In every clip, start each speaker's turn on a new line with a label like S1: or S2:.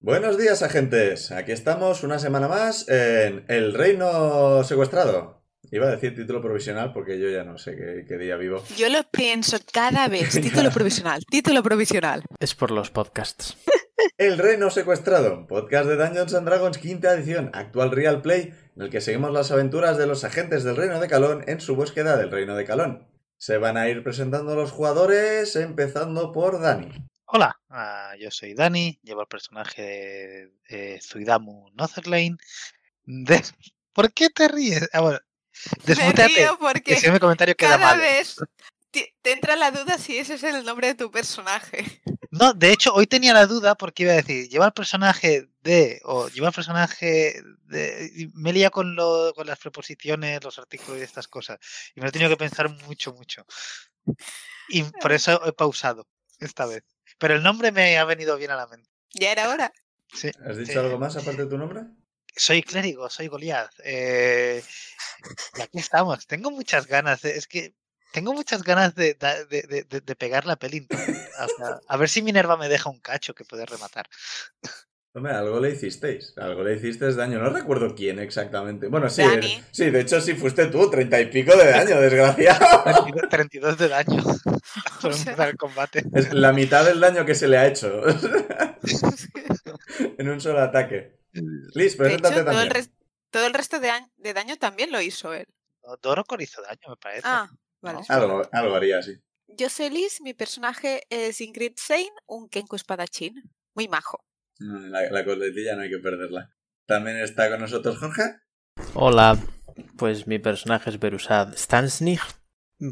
S1: Buenos días, agentes. Aquí estamos una semana más en El Reino Secuestrado. Iba a decir título provisional porque yo ya no sé qué, qué día vivo.
S2: Yo lo pienso cada vez. Título provisional, título provisional.
S3: Es por los podcasts.
S1: El Reino Secuestrado, un podcast de Dungeons and Dragons quinta edición, actual Real Play, en el que seguimos las aventuras de los agentes del Reino de Calón en su búsqueda del Reino de Calón. Se van a ir presentando los jugadores, empezando por Dani.
S4: Hola, ah, yo soy Dani, llevo el personaje de, de Zuidamu Notherlane. De- ¿Por qué te ríes? Ah, bueno,
S2: Me
S4: desmuteate,
S2: río porque
S4: que si no mi comentario queda
S2: cada
S4: mal.
S2: vez te, te entra la duda si ese es el nombre de tu personaje.
S4: No, de hecho, hoy tenía la duda porque iba a decir, lleva el personaje de, o lleva el personaje de... y Me lía con, lo- con las preposiciones, los artículos y estas cosas. Y me lo he tenido que pensar mucho, mucho. Y
S2: Eh.
S4: por eso he pausado esta vez. Pero el nombre me ha venido bien a la mente.
S2: Ya era hora.
S4: Sí.
S1: ¿Has
S4: Sí.
S1: dicho algo más aparte de tu nombre?
S4: soy clérigo, soy Goliath. eh, y aquí estamos. Tengo muchas ganas. de- es que tengo muchas ganas de, da- de- de- de- de pegar la pelín. a ver si Minerva me deja un cacho que puede rematar.
S1: Hombre, algo le hicisteis. Algo le hicisteis daño. No recuerdo quién exactamente. Bueno, sí.
S2: Dani.
S1: eh, Sí, de hecho, sí fuiste tú, treinta y pico de daño, desgraciado.
S4: 32, 32 de daño por
S2: O sea.
S4: empezar el combate.
S1: Es la mitad del daño que se le ha hecho en un solo ataque. Liz,
S2: De hecho,
S1: preséntate
S2: todo el,
S1: también.
S2: res- todo el resto de, a- de daño también lo hizo él.
S4: No, Dorocor hizo daño, me parece.
S2: Ah, vale.
S1: Algo, algo haría, sí.
S2: Yo soy Liz, mi personaje es Ingrid Sein, un Kenku espadachín. Muy majo.
S1: Mm, La, la coletilla no hay que perderla. También está con nosotros Jorge.
S3: Hola, pues mi personaje es Berusad Stansnig.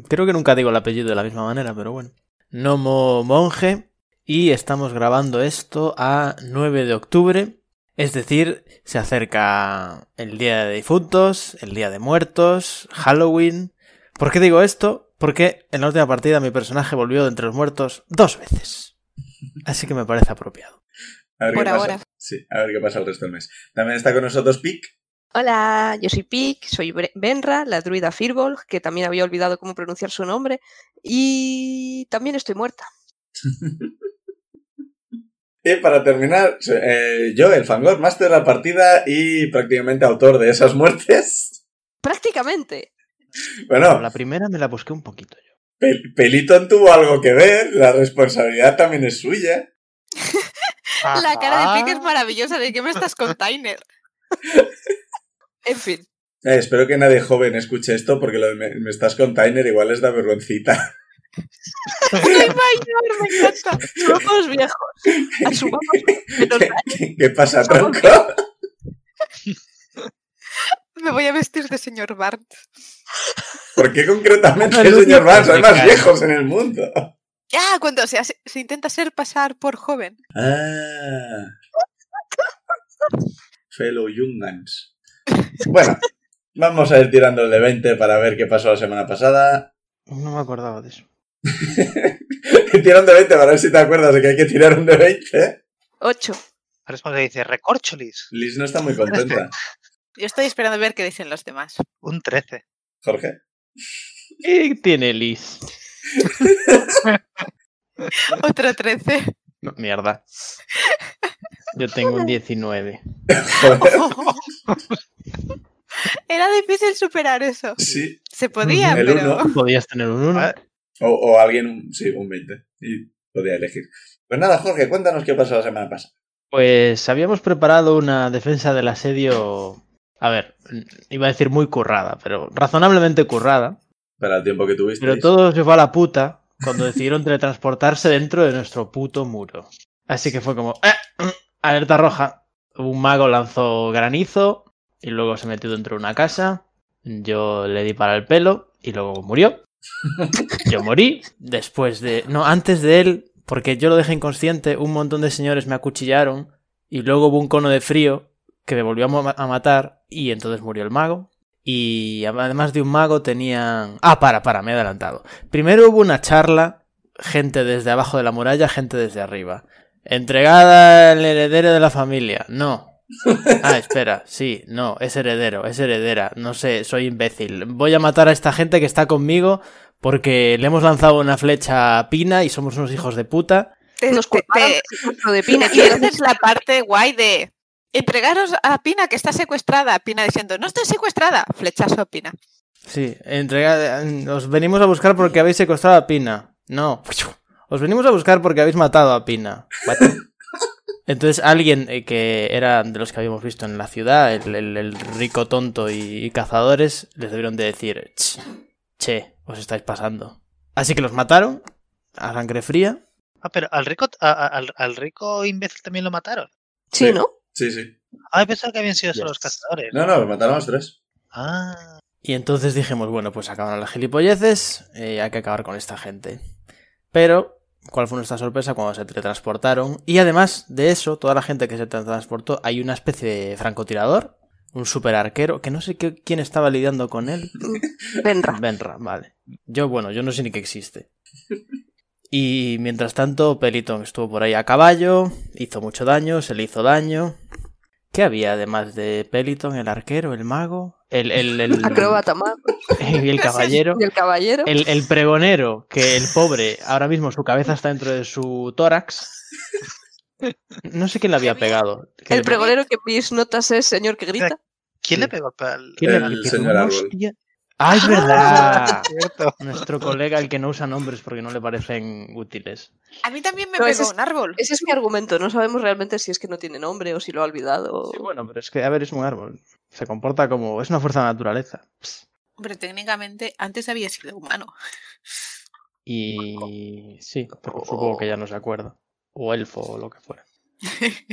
S3: Creo que nunca digo el apellido de la misma manera, pero bueno. Nomo monje. Y estamos grabando esto a 9 de octubre. Es decir, se acerca el Día de Difuntos, el Día de Muertos, Halloween. ¿Por qué digo esto? Porque en la última partida mi personaje volvió de entre los muertos dos veces. Así que me parece apropiado.
S1: A ver
S2: Por
S1: qué pasa.
S2: ahora.
S1: Sí, a ver qué pasa el resto del mes. También está con nosotros Pic.
S5: Hola, yo soy Pic, soy Bre- Benra, la druida Firbolg, que también había olvidado cómo pronunciar su nombre, y también estoy muerta.
S1: Y para terminar, eh, yo, el Fangor, máster de la partida y prácticamente autor de esas muertes.
S5: Prácticamente.
S1: Bueno,
S3: La primera me la busqué un poquito yo.
S1: Pel- Pelitón tuvo algo que ver, la responsabilidad también es suya.
S2: La cara de Pique es
S4: Ajá.
S2: maravillosa. ¿De qué me estás con Tainer?
S5: En fin,
S1: Eh, espero que nadie joven escuche esto porque lo de me, me estás con Tyner igual es da vergoncita.
S2: ¡Soy mayor! ¡Me encanta!
S5: somos viejos. Asumamos menos
S1: ¿Qué,
S5: daño.
S1: qué- qué pasa,
S5: Somos
S1: tronco?
S2: Me voy a vestir de señor Bart.
S1: ¿Por qué concretamente
S3: Una
S1: el
S3: luz
S1: señor Vance? Hay más
S4: complicada.
S1: viejos en el mundo.
S2: Ya, cuando se, hace- se intenta hacer pasar por joven.
S1: Ah. Fellow Youngans. Bueno, vamos a ir tirando el de 20 para ver qué pasó la semana pasada.
S3: No me acordaba de eso.
S1: Tira un de 20 para ver si te acuerdas de que hay que tirar un de 20.
S5: Ocho.
S4: Ahora es cuando dice recorcholis.
S1: Liz no está muy contenta.
S2: Yo estoy esperando a ver qué dicen los demás.
S4: Un 13.
S1: Jorge.
S3: ¿Qué tiene Liz?
S2: Otro 13.
S3: No, mierda. Yo tengo un 19.
S1: Joder,
S2: Era difícil superar eso.
S1: sí.
S2: Se podía,
S1: El
S2: pero.
S3: Podías tener un 1.
S4: Ah,
S1: O, o alguien, un- sí, un 20. Y podía elegir. Pues nada, Jorge, cuéntanos qué pasó la semana pasada.
S3: Pues habíamos preparado una defensa del asedio. A ver, iba a decir muy currada, pero razonablemente currada.
S1: Para el tiempo que tuviste.
S3: Pero todo se fue a la puta cuando decidieron teletransportarse dentro de nuestro puto muro. Así que fue como. "Eh, Alerta roja. Un mago lanzó granizo y luego se metió dentro de una casa. Yo le di para el pelo y luego murió. Yo morí después de... No, antes de él, porque yo lo dejé inconsciente, un montón de señores me acuchillaron y luego hubo un cono de frío que me volvió a, ma- a matar y entonces murió el mago. Y además de un mago tenían... Ah, para, para, me he adelantado. Primero hubo una charla, gente desde abajo de la muralla, gente desde arriba. Entregada al heredero de la familia. No. Ah, espera, sí, no, es heredero, es heredera. No sé, soy imbécil. Voy a matar a esta gente que está conmigo porque le hemos lanzado una flecha a Pina y somos unos hijos de puta.
S2: Te,
S5: Nos
S2: te-
S5: culparon
S2: te-
S5: del secuestro de
S2: y
S5: Pina.
S2: aquí haces la parte guay de entregaros a Pina que está secuestrada. Pina diciendo, no estoy secuestrada. Flechazo a Pina.
S3: Sí, entregada. Os venimos a buscar porque habéis secuestrado a Pina. No. Os venimos a buscar porque habéis matado a Pina. What? Entonces alguien eh, que era de los que habíamos visto en la ciudad, el, el- el rico tonto y, y cazadores, les debieron de decir, "Ch, che, os estáis pasando. Así que los mataron a sangre fría.
S4: Ah, pero al rico, a- a- al, al rico imbécil también lo mataron.
S5: Sí, ¿no?
S1: Sí, sí.
S4: Ah, pensaba que habían sido solo los
S3: Yes.
S4: cazadores.
S1: No, no, mataron a los tres.
S4: Ah,
S3: Y entonces dijimos, bueno, pues acabaron las gilipolleces, eh, hay que acabar con esta gente. Pero, ¿cuál fue nuestra sorpresa cuando se teletransportaron? Y además de eso, toda la gente que se teletransportó, hay una especie de francotirador, un super arquero, que no sé qué- quién estaba lidiando con él.
S5: Benra.
S3: Benra, vale. Yo, bueno, yo no sé ni que existe. Y mientras tanto, Peliton estuvo por ahí a caballo, hizo mucho daño, se le hizo daño. ¿Qué había además de Peliton? El arquero, el mago, el... el, el
S5: Acróbata más.
S3: y el caballero.
S5: Y el caballero.
S3: El, el pregonero, que el pobre, ahora mismo su cabeza está dentro de su tórax. No sé quién le había pegado. Que
S5: El
S3: le-
S5: pregonero que mis notas es señor que grita.
S4: ¿quién le
S3: Sí.
S4: pegó
S2: Eh,
S4: al
S3: ¿quién le-
S1: El
S3: que pegó
S1: señor
S3: una
S1: árbol.
S3: hostia? ¡Ah, es verdad!
S4: cierto?
S3: Nuestro colega, el que no usa nombres porque no le parecen útiles.
S2: A mí también me
S5: No, ese
S2: pegó
S5: es-
S2: un árbol.
S5: Ese es mi argumento. No sabemos realmente si es que no tiene nombre o si lo ha olvidado.
S3: Sí, bueno, pero es que, a ver, es un árbol. Se comporta como. Es una fuerza de la naturaleza.
S2: Hombre, técnicamente antes había sido humano.
S3: Y. Sí, pero supongo que ya no se acuerda. O elfo o lo que fuera.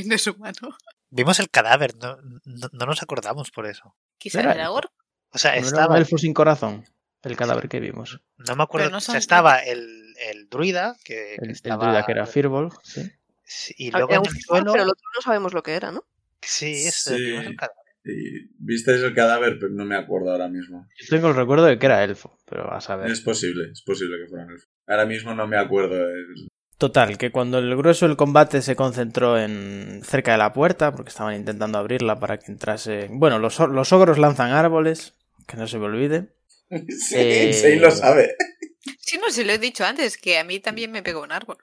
S2: no es humano.
S4: Vimos el cadáver, no, no, no nos acordamos por eso.
S2: Quizá
S3: Era
S2: era el
S3: eso.
S2: agor.
S4: O sea,
S3: ¿No era
S4: estaba,
S3: un elfo sin corazón? El cadáver que vimos.
S4: no me acuerdo,
S2: Pero no
S4: o sea,
S2: son-
S4: estaba el, el druida, que, que
S3: El, el
S4: estaba-
S3: druida que era Firbol. Sí.
S4: sí, y
S5: Ah,
S4: luego en
S5: aún
S4: el
S5: está,
S4: suelo,
S5: Pero el otro no sabemos lo que era, ¿no?
S4: sí, ese,
S1: Sí.
S4: vimos el cadáver.
S1: Y visteis el cadáver, pero no me acuerdo ahora mismo.
S3: Yo tengo el recuerdo de que era elfo, pero a saber.
S1: Es posible, es posible que fueran elfos. Ahora mismo no me acuerdo. del-
S3: Total, que cuando el grueso del combate se concentró en cerca de la puerta, porque estaban intentando abrirla para que entrase. Bueno, los, o- los ogros lanzan árboles, que no se me olvide.
S1: Sí,
S3: Eh,
S1: Shane lo sabe.
S2: Sí, no, si lo he dicho antes, que a mí también me pegó un árbol.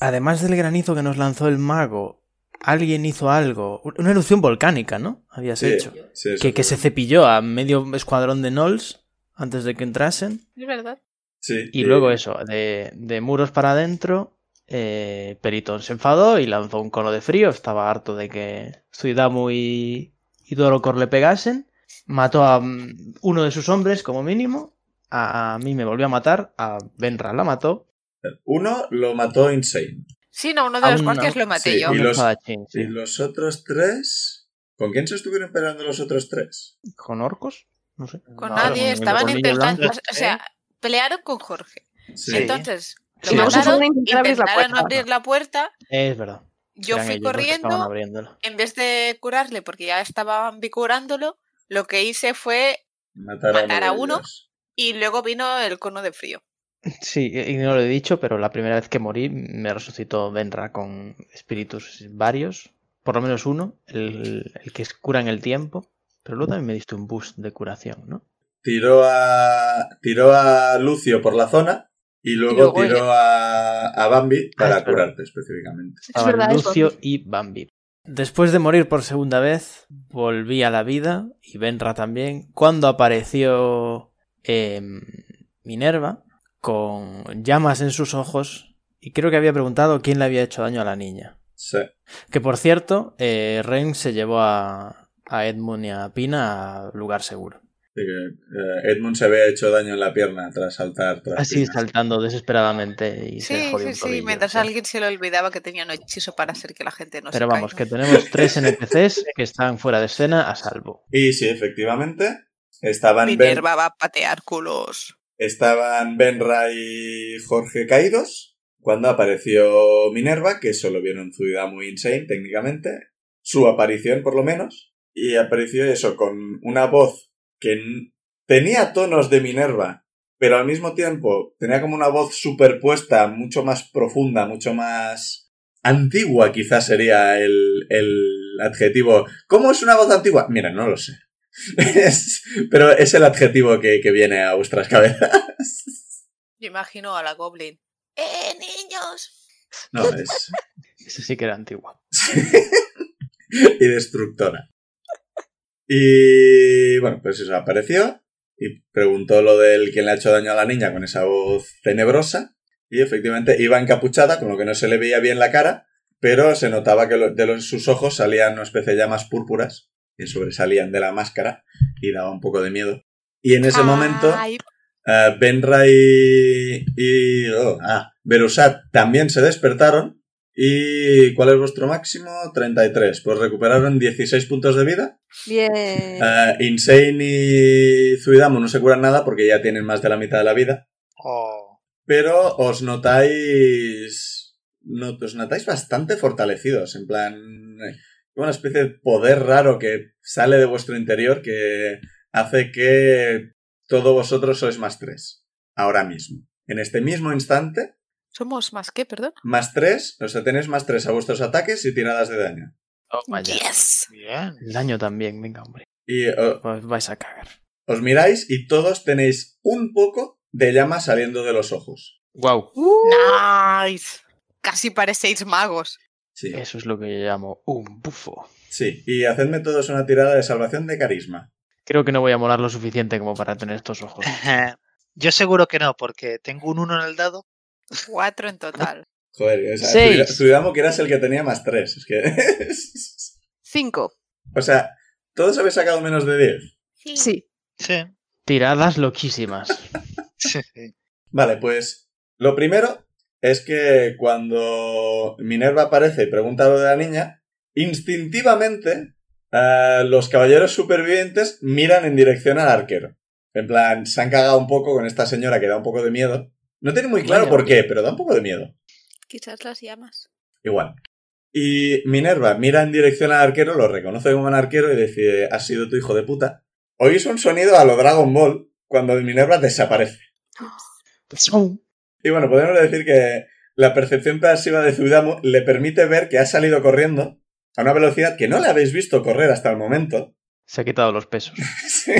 S3: Además del granizo que nos lanzó el mago, alguien hizo algo. Un- Una erupción volcánica, ¿no? Habías
S1: Sí,
S3: hecho.
S1: sí, eso
S3: Que, que se
S1: fue.
S3: cepilló a medio escuadrón de Knolls antes de que entrasen.
S2: Es verdad.
S1: Sí,
S3: Y luego eso, de, de muros para adentro, eh, Peritón se enfadó y lanzó un cono de frío. Estaba harto de que Zuidamu y, y Dorocor le pegasen. Mató a mm, uno de sus hombres, como mínimo. A, a mí me volvió a matar. A Benra la mató.
S1: Uno lo mató Insane.
S2: Sí, no, uno de
S3: A
S2: los
S3: un-
S2: guardias lo maté
S1: sí,
S2: yo.
S1: y
S3: Un
S1: los-
S3: espadachín, sí.
S1: ¿Y los otros tres? ¿Con quién se estuvieron peleando los otros tres?
S3: ¿Con orcos? No sé.
S2: Con
S4: No,
S2: nadie,
S3: con-
S2: estaban
S3: con Lillo
S2: intentando.
S4: Blanco.
S2: O sea, pelearon con Jorge.
S1: Sí.
S2: Entonces, lo
S3: Sí,
S5: luego se
S2: mataron,
S5: fueron a intentar abrir la
S2: intentaron
S5: puerta.
S2: abrir la puerta.
S3: Es verdad.
S2: Yo
S3: eran
S2: fui
S3: ellos los que estaban
S2: corriendo,
S3: abriéndolo.
S2: en vez de curarle, porque ya estaban bicurándolo, lo que hice fue.
S1: Mataron
S2: Matar a uno.
S1: ellos.
S2: Y luego vino el cono de frío.
S3: Sí, y no lo he dicho, pero la primera vez que morí me resucitó Benra con espíritus varios, por lo menos uno, el, el que es cura en el tiempo, pero luego también me diste un boost de curación, ¿no?
S1: Tiró a, tiró a Lucio por la zona y luego,
S5: luego
S1: tiró a, a Bambi para
S3: Ah, es verdad.
S1: curarte específicamente.
S5: Es
S3: Estaban
S5: verdad, es
S3: Lucio
S5: Bambi.
S3: y Bambi. Después de morir por segunda vez, volví a la vida y Benra también, cuando apareció eh, Minerva con llamas en sus ojos y creo que había preguntado quién le había hecho daño a la niña.
S1: Sí.
S3: Que por cierto, eh, Ren se llevó a, a Edmund y a Pina a lugar seguro.
S1: Así que, eh, Edmund se había hecho daño en la pierna tras saltar. Tras
S3: Así
S1: Pina.
S3: saltando desesperadamente y se
S2: Sí,
S3: jodió
S2: sí,
S3: un
S2: sí.
S3: tobillo,
S2: Mientras
S3: sí.
S2: alguien se le olvidaba que tenía un hechizo para hacer que la gente no
S3: Pero
S2: se
S3: vamos, que
S2: caiga.
S3: tenemos tres NPCs que están fuera de escena a salvo.
S1: Y sí, efectivamente, estaban Ben-
S2: Minerva va a patear culos.
S1: Estaban Benra y Jorge caídos cuando apareció Minerva, que solo vieron su ciudad muy insane técnicamente, su aparición por lo menos, y apareció eso con una voz que n- tenía tonos de Minerva, pero al mismo tiempo tenía como una voz superpuesta, mucho más profunda, mucho más antigua quizás sería el, el adjetivo. ¿Cómo es una voz antigua? Mira, no lo sé. Es- pero es el adjetivo que, que viene a vuestras cabezas.
S2: Yo imagino a la Goblin. ¡Eh, niños!
S1: No, es...
S6: Eso sí que era antiguo.
S1: y destructora. Y bueno, pues eso apareció y preguntó lo del quién le ha hecho daño a la niña con esa voz tenebrosa. Y efectivamente iba encapuchada, con lo que no se le veía bien la cara, pero se notaba que lo- de los- sus ojos salían una especie de llamas púrpuras que sobresalían de la máscara y daba un poco de miedo. Y en
S7: Ah,
S1: ese momento,
S2: Ay,
S1: eh, Benra y. y oh, ah, Berusat también se despertaron. ¿Y cuál es vuestro máximo? 33. Pues recuperaron 16 puntos de vida.
S5: Bien.
S1: Eh, Insane y Zuidamo no se curan nada porque ya tienen más de la mitad de la vida.
S4: Oh,
S1: Pero os notáis. no- os notáis bastante fortalecidos. En plan. eh, Una especie de poder raro que sale de vuestro interior que hace que todos vosotros sois más tres. Ahora mismo. En este mismo instante,
S2: ¿Somos más qué, perdón?
S1: más tres, o sea, tenéis más tres a vuestros ataques y tiradas de daño.
S6: Oh, vaya.
S2: ¡Yes!
S4: bien.
S6: El daño también, venga, hombre.
S1: Y o-
S6: Os vais a cagar.
S1: os miráis y todos tenéis un poco de llama saliendo de los ojos.
S6: Wow.
S5: Uh,
S2: ¡Nice! Casi parecéis magos.
S1: Sí.
S6: Eso es lo que yo llamo un bufo.
S1: Sí. Y hacedme todos una tirada de salvación de carisma.
S6: Creo que no voy a molar lo suficiente como para tener estos ojos.
S4: Yo seguro que no, porque tengo un 1 en el dado.
S2: Cuatro en total.
S1: Joder, o sea,
S6: Seis.
S1: Tudira- Tudidamo que eras el que tenía más tres. Es que...
S5: Cinco.
S1: o sea, todos habéis sacado menos de 10.
S5: Sí.
S4: Sí.
S6: Tiradas loquísimas.
S4: sí, sí.
S1: Vale, pues lo primero es que cuando Minerva aparece y pregunta lo de la niña, instintivamente eh, los caballeros supervivientes miran en dirección al arquero. En plan, se han cagado un poco con esta señora que da un poco de miedo. No tiene muy claro
S6: Vaya.
S1: por qué, pero da un poco de miedo.
S2: Quizás las llamas.
S1: Igual. Y Minerva mira en dirección al arquero, lo reconoce como un arquero y decide, has sido tu hijo de puta. Oís un sonido a lo Dragon Ball cuando Minerva desaparece. Y bueno, podemos decir que la percepción pasiva de Zuidamo le permite ver que ha salido corriendo a una velocidad que no le habéis visto correr hasta el momento.
S6: Se ha quitado los pesos.
S1: Sí.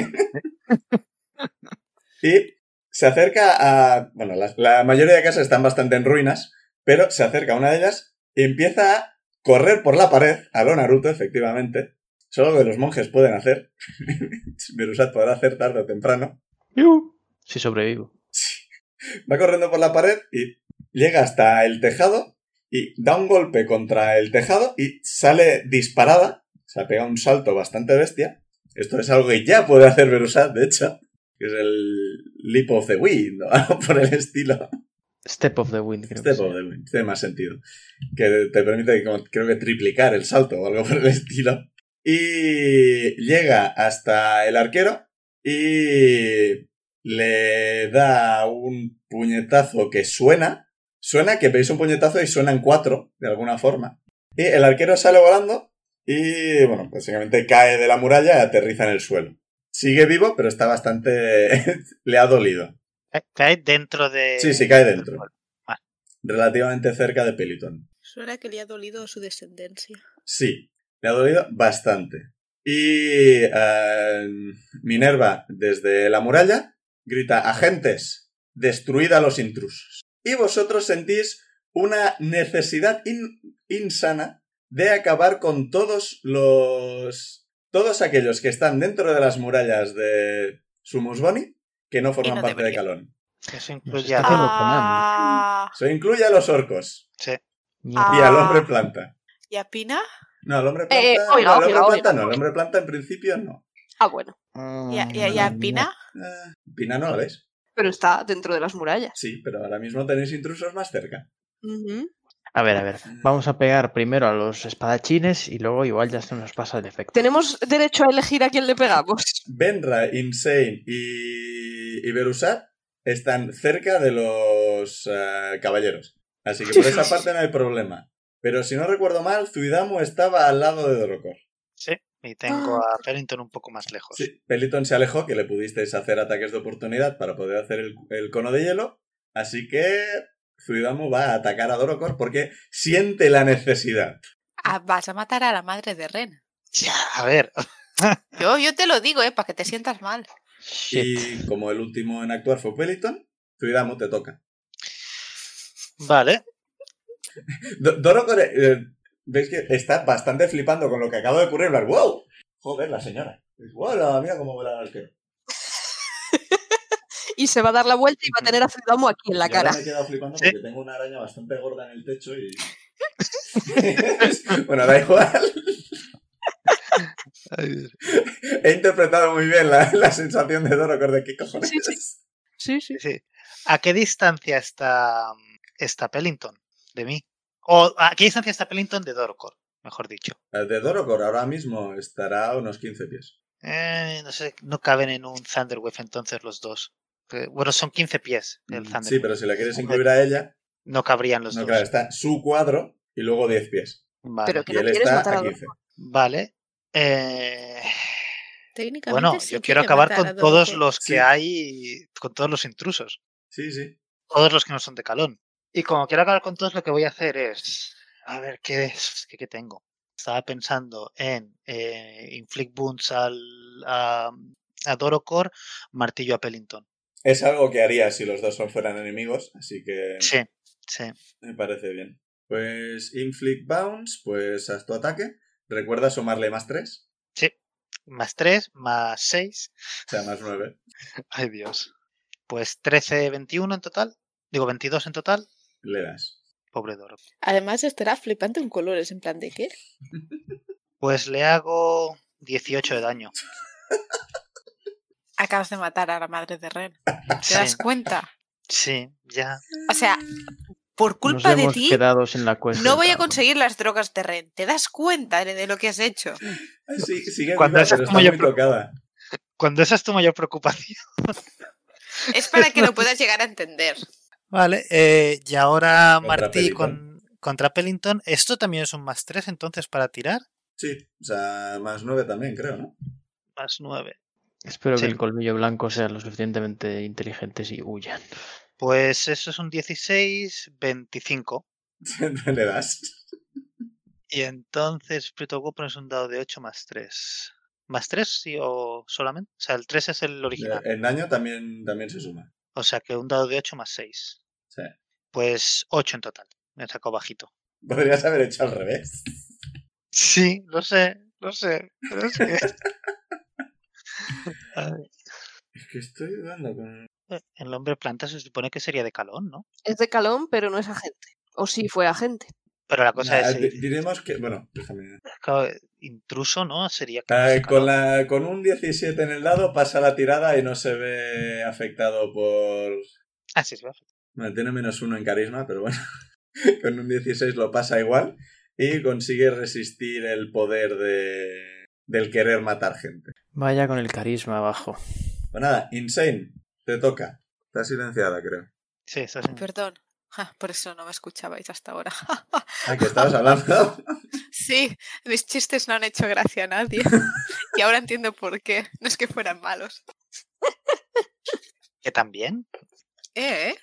S1: y se acerca a... Bueno, la, la mayoría de casas están bastante en ruinas, pero se acerca a una de ellas y empieza a correr por la pared, a lo Naruto, efectivamente. Solo que los monjes pueden hacer. Virusat podrá hacer tarde o temprano.
S6: Si sobrevivo.
S1: Va corriendo por la pared y llega hasta el tejado y da un golpe contra el tejado y sale disparada. Se ha pegado un salto bastante bestia. Esto es algo que ya puede hacer Virusat, de hecho. Que es el Leap of the Wind o algo por el estilo.
S6: Step of the wind, creo. que
S1: Este
S6: sí.
S1: pobre, güey, tiene más sentido. Que te permite, como, creo que, triplicar el salto o algo por el estilo. Y llega hasta el arquero y le da un puñetazo que suena. Suena que veis un puñetazo y suenan cuatro, de alguna forma. Y el arquero sale volando y, bueno, básicamente cae de la muralla y aterriza en el suelo. Sigue vivo, pero está bastante... le ha dolido.
S4: Ca- Cae dentro de.
S1: Sí, sí, cae dentro. Relativamente cerca de Peliton.
S2: Suena que le ha dolido su descendencia.
S1: Sí, le ha dolido bastante. Y eh, Minerva, desde la muralla, grita, agentes, destruid a los intrusos. Y vosotros sentís una necesidad in- insana de acabar con todos los... todos aquellos que están dentro de las murallas de Sumusboni que no forman
S2: no
S1: parte de
S2: deberían.
S1: Calón.
S4: Eso
S6: Nos
S4: incluye
S6: está
S4: a-
S6: haciendo Konami.
S2: Ah,
S1: Se incluye a los orcos
S6: Mierda.
S1: y al
S2: Ah.
S1: hombre planta.
S2: ¿Y a Pina?
S1: No, al hombre planta,
S5: Eh,
S1: no,
S5: oiga,
S1: al hombre
S5: oiga,
S1: planta
S5: oiga.
S1: no, al hombre planta en principio no.
S5: Ah, bueno.
S2: ¿Y a, y a- y
S4: Ah,
S2: a Pina?
S1: Eh, Pina no la ves.
S5: Pero está dentro de las murallas.
S1: Sí, pero ahora mismo tenéis intrusos más cerca.
S5: Ujú.
S6: A ver, a ver. Vamos a pegar primero a los espadachines y luego igual ya se nos pasa el efecto.
S5: Tenemos derecho a elegir a quién le pegamos.
S1: Benra, Insane y, y Berusat están cerca de los eh, caballeros. Así que por esa parte no hay problema. Pero si no recuerdo mal, Zuidamu estaba al lado de Dorocor.
S4: Sí, y tengo a Perrington un poco más lejos.
S1: Sí, Peliton se alejó, que le pudisteis hacer ataques de oportunidad para poder hacer el, el cono de hielo. Así que Zuidamu va a atacar a Dorocor porque siente la necesidad.
S7: Ah, vas a matar a la madre de Ren.
S4: Ya, a ver,
S7: Yo, yo te lo digo, ¿eh? Para que te sientas mal.
S1: Y como el último en actuar fue Peliton, Zuidamu te toca.
S4: vale.
S1: Do- Dorocor, eh, veis que está bastante flipando con lo que acaba de ocurrir. en plan, ¡Wow! Joder, la señora. ¡Wow! Mira cómo vuela el arquero.
S5: Y se va a dar la vuelta y va a tener a Zuidamu aquí en la
S1: Yo ahora
S5: cara.
S1: Me he quedado flipando
S4: Sí.
S1: porque tengo una araña bastante gorda en el techo y. bueno, da igual. He interpretado muy bien la, la sensación de Dorocor de qué cojones.
S5: Sí, sí. Sí, sí.
S4: Sí. ¿A qué distancia está, mm, está Pellington de mí? ¿O a qué distancia está Pellington de Dorocor, mejor dicho?
S1: El de Dorocor ahora mismo estará a unos 15 pies.
S4: Eh, no sé, no caben en un Thunderwave entonces los dos. Que- Bueno, son 15 pies el Thunderwave.
S1: Mm, Sí, pero si la quieres incluir a ella,
S4: No cabrían los
S1: no,
S4: dos.
S1: claro, está su cuadro y luego 10 pies.
S4: Vale.
S5: Pero- Que
S1: Y
S5: no
S1: él
S5: quieres
S1: está
S5: matar a
S1: a 15.
S4: vale. Eh,
S8: Técnicamente
S4: Bueno,
S8: sí
S4: yo
S8: que
S4: quiero
S8: hay que
S4: acabar
S8: matar a
S4: con todos
S8: Dorocor.
S4: los que
S1: Sí.
S4: hay, con todos los intrusos.
S1: Sí, sí.
S4: todos los que no son de calón. Y como quiero acabar con todos, lo que voy a hacer es. A ver, ¿qué es? ¿Qué, qué tengo? Estaba pensando en eh, Inflict Wounds al, a, a Dorocor, martillo a Pellington.
S1: Es algo que haría si los dos son- fueran enemigos, así que
S4: Sí, sí.
S1: me parece bien. Pues Inflict Bounce, pues haz tu ataque. Recuerda sumarle más 3.
S4: Más 3, más 6.
S1: O sea, más 9.
S4: Ay, Dios. Pues 13, 21 en total. Digo, 22 en total.
S1: Le das.
S4: Pobre Dorocor.
S8: Además estará flipante en colores, en plan de qué.
S4: Pues le hago 18 de daño.
S7: Acabas de matar a la madre de Ren. ¿Te
S4: Sí,
S7: das cuenta?
S4: sí, ya.
S7: O sea, por culpa
S3: Nos
S7: de
S3: hemos
S7: ti,
S3: quedado sin la
S4: pues
S3: cuenta.
S7: no voy a
S3: Pablo.
S7: conseguir las drogas de Ren. ¿Te das cuenta de lo que has hecho?
S1: Sí, sigue
S4: Cuando
S1: viva,
S4: esa
S1: pero
S4: es
S1: está
S4: como yo
S1: muy
S4: pro-
S1: tocada.
S4: Cuando esa es tu mayor preocupación.
S7: Es para que lo puedas llegar a entender.
S4: Vale, eh, y ahora
S1: Contra
S4: Martí con, contra Pellington. Esto también es un más 3 entonces para tirar.
S1: Sí, o sea, más 9 también, creo, ¿no?
S4: Más 9.
S3: Espero
S4: Sí.
S3: que el colmillo blanco sea lo suficientemente inteligente y huyan.
S4: Pues eso es un 16, 25.
S1: Le das.
S4: Y entonces Spirit of Weapon es un dado de 8 más 3. ¿Más 3 sí o solamente? O sea, el 3 es
S1: Eh,
S4: el original.
S1: El daño también, también se suma.
S4: O sea que un dado de 8 más 6.
S1: Sí.
S4: Pues 8 en total. Me sacó bajito.
S1: Podrías haber hecho al revés.
S4: Sí, lo sé, lo sé. Pero es que...
S1: Es que estoy dudando con...
S4: eh, El hombre planta se supone que sería de calón, ¿no?
S5: Es de calón, pero no es agente. O sí fue agente.
S4: Pero la cosa
S1: Nah,
S4: es...
S1: Ah, di- diremos que... Bueno, déjame...
S4: Claro, intruso, ¿no? Sería que no
S1: Eh,
S7: Pues,
S4: se
S1: con,
S4: caló.
S1: la, con un 17 en el dado pasa la tirada y no se ve afectado por...
S4: Ah, sí, sí, perfecto.
S1: Bueno, tiene menos uno en carisma, pero bueno. con un 16 lo pasa igual y consigue resistir el poder de... del querer matar gente.
S9: Vaya con el carisma abajo.
S1: Pues nada, Insane, te toca. Está silenciada, creo.
S4: Sí, está bien.
S7: Perdón. Ja, por eso no me escuchabais hasta ahora.
S1: Ah, que estabas hablando.
S7: Sí, mis chistes no han hecho gracia a nadie. Y ahora entiendo por qué. No es que fueran malos.
S4: Que también.
S7: ¿Eh?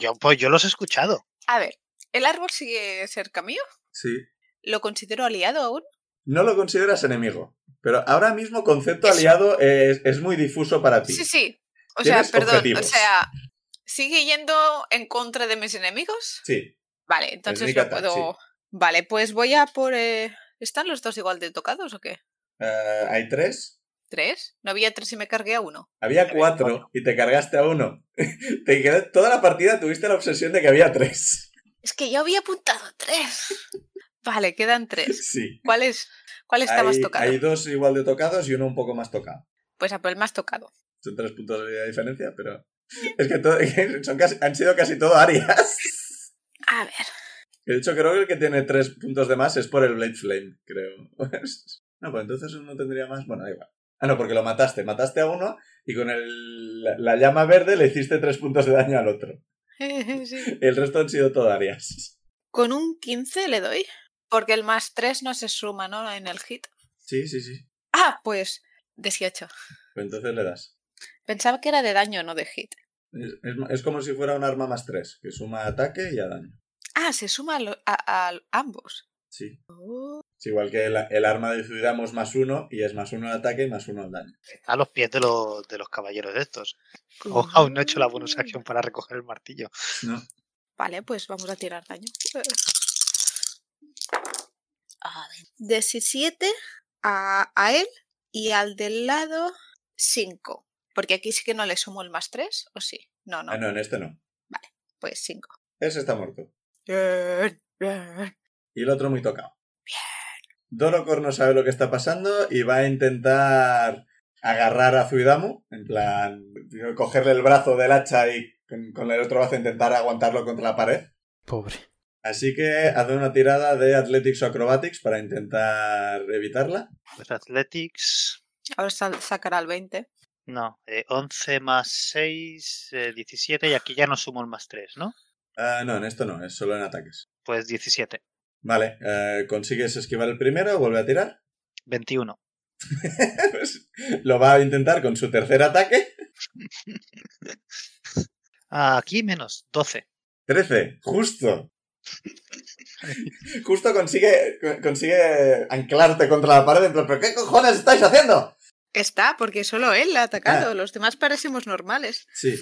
S4: Yo, pues yo los he escuchado.
S7: A ver, ¿el árbol sigue cerca mío?
S1: Sí.
S7: ¿Lo considero aliado aún?
S1: No lo consideras enemigo. Pero ahora mismo concepto aliado es, es muy difuso para ti.
S7: Sí, sí. O sea,
S1: Tienes
S7: perdón.
S1: objetivos.
S7: O sea, ¿sigue yendo en contra de mis enemigos?
S1: Sí.
S7: Vale, entonces
S1: Sneak
S7: lo
S1: attack,
S7: puedo. Vale, pues voy a por. eh, ¿Están los dos igual de tocados o qué?
S1: Eh, hay tres.
S7: ¿Tres? No había tres y me cargué a uno.
S1: Había
S4: Había
S1: cuatro
S4: cuatro.
S1: y te cargaste a uno. te quedé- toda la partida tuviste la obsesión de que había tres.
S7: Es que yo había apuntado tres. Vale, quedan tres.
S1: Sí.
S7: ¿Cuál es? ¿Cuál está más
S1: Hay,
S7: tocado?
S1: hay dos igual de tocados y uno un poco más tocado.
S7: Pues a por el más tocado.
S1: Son tres puntos de diferencia, pero. Es que, todo- son casi- han sido casi todo áreas.
S7: A ver.
S1: Que De hecho, creo que el que tiene tres puntos de más es por el Blade Flame, creo. no, pues entonces no tendría más. Bueno, da igual. Ah, no, porque lo mataste. Mataste a uno y con el- la, la llama verde le hiciste tres puntos de daño al otro.
S2: Sí.
S1: El resto han sido todo áreas.
S7: Con un 15 le doy.
S2: Porque el más 3 no se suma, ¿no? En el hit.
S1: Sí, sí, sí.
S7: Ah, pues 18.
S1: Pues entonces le das.
S7: Pensaba que era de daño, no de hit.
S1: Es, es- es como si fuera un arma más tres, que suma ataque y a daño.
S7: Ah, se suma a, lo- a- a ambos.
S1: Sí.
S7: Oh,
S1: Es igual que el, el arma de Zuidamos más uno y es más uno al ataque y más uno al daño.
S4: A los pies de, los de los caballeros estos. O- aún no he hecho la bonus action para recoger el martillo.
S1: No.
S7: Vale, pues vamos a tirar daño. A ver, 17 a, a él y al del lado 5. Porque aquí sí que no le sumo el más 3, ¿o sí? No, no,
S1: Ah, no, en este no.
S7: pues 5.
S1: Ese está muerto. Y el otro muy tocado. Dorocor no sabe lo que está pasando y va a intentar agarrar a Zuidamu. En plan, digo, cogerle el brazo del hacha y con, con el otro brazo intentar aguantarlo contra la pared.
S3: Pobre.
S1: Así que hace una tirada de Athletics o Acrobatics para intentar evitarla.
S4: Pues Athletics.
S2: Ahora sal- sacará el 20.
S4: No, eh, 11 más 6, eh, 17. Y aquí ya no sumo el más 3, ¿no?
S1: Ah, no, en esto no, es solo en ataques.
S4: Pues 17.
S1: Vale, eh, consigues esquivar el primero, vuelve a tirar.
S4: 21.
S1: Pues, lo va a intentar con su tercer ataque.
S4: Ah, aquí menos. 12.
S1: 13, justo. Justo consigue, co- consigue anclarte contra la pared. en plan, ¿Pero qué cojones estáis haciendo?
S2: Está, porque solo él la ha atacado. Los demás parecemos normales.
S1: Sí.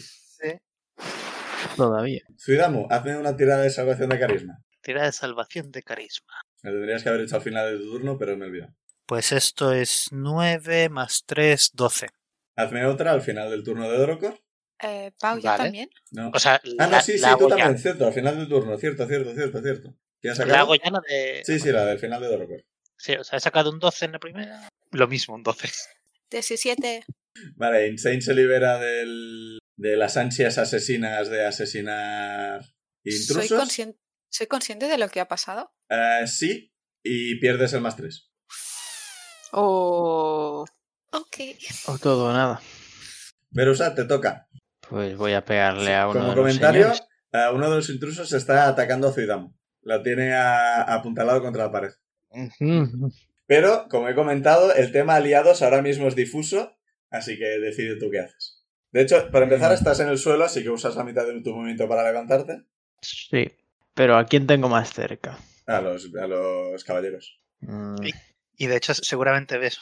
S3: Todavía.
S1: Zuidamu, hazme una tirada de salvación de carisma.
S4: Tira de salvación de carisma.
S1: Lo tendrías que haber hecho al final de tu turno, pero me olvidó.
S4: Pues esto es 9 más 3, 12.
S1: Hazme otra al final del turno de Dorocor.
S2: Eh, Pau, yo
S4: Vale.
S2: también.
S1: No.
S4: O sea,
S1: Ah,
S4: la,
S1: no, sí, sí,
S4: la
S1: tú
S4: hago ya.
S1: también, cierto, al final del turno, cierto, cierto, cierto, cierto. ¿Ya has
S4: La
S1: acabado?
S4: hago ya la de.
S1: Sí, sí, la del final de Dorocor.
S4: Sí, o sea, he sacado un 12 en la primera. Lo mismo, un 12.
S2: 17.
S1: Vale, Insane se libera del, de las ansias asesinas de asesinar
S2: Soy,
S1: intrusos.
S2: conscien- soy consciente de lo que ha pasado.
S1: Eh, sí, y pierdes el más 3.
S5: O
S7: Ok.
S3: O todo o nada.
S1: Verusa, te toca.
S3: Pues voy a pegarle a uno
S1: Como
S3: de los
S1: comentario,
S3: señores.
S1: eh, uno de los intrusos está atacando a Zuidamu. La tiene a- apuntalado contra la pared.
S3: Ujú.
S1: Pero, como he comentado, el tema aliados ahora mismo es difuso, así que decide tú qué haces. De hecho, para empezar,
S3: Mm.
S1: estás en el suelo, así que usas la mitad de tu movimiento para levantarte.
S3: Sí. Pero ¿a quién tengo más cerca?
S1: A los, a los caballeros.
S3: Mm,
S4: Sí. Y de hecho, seguramente ves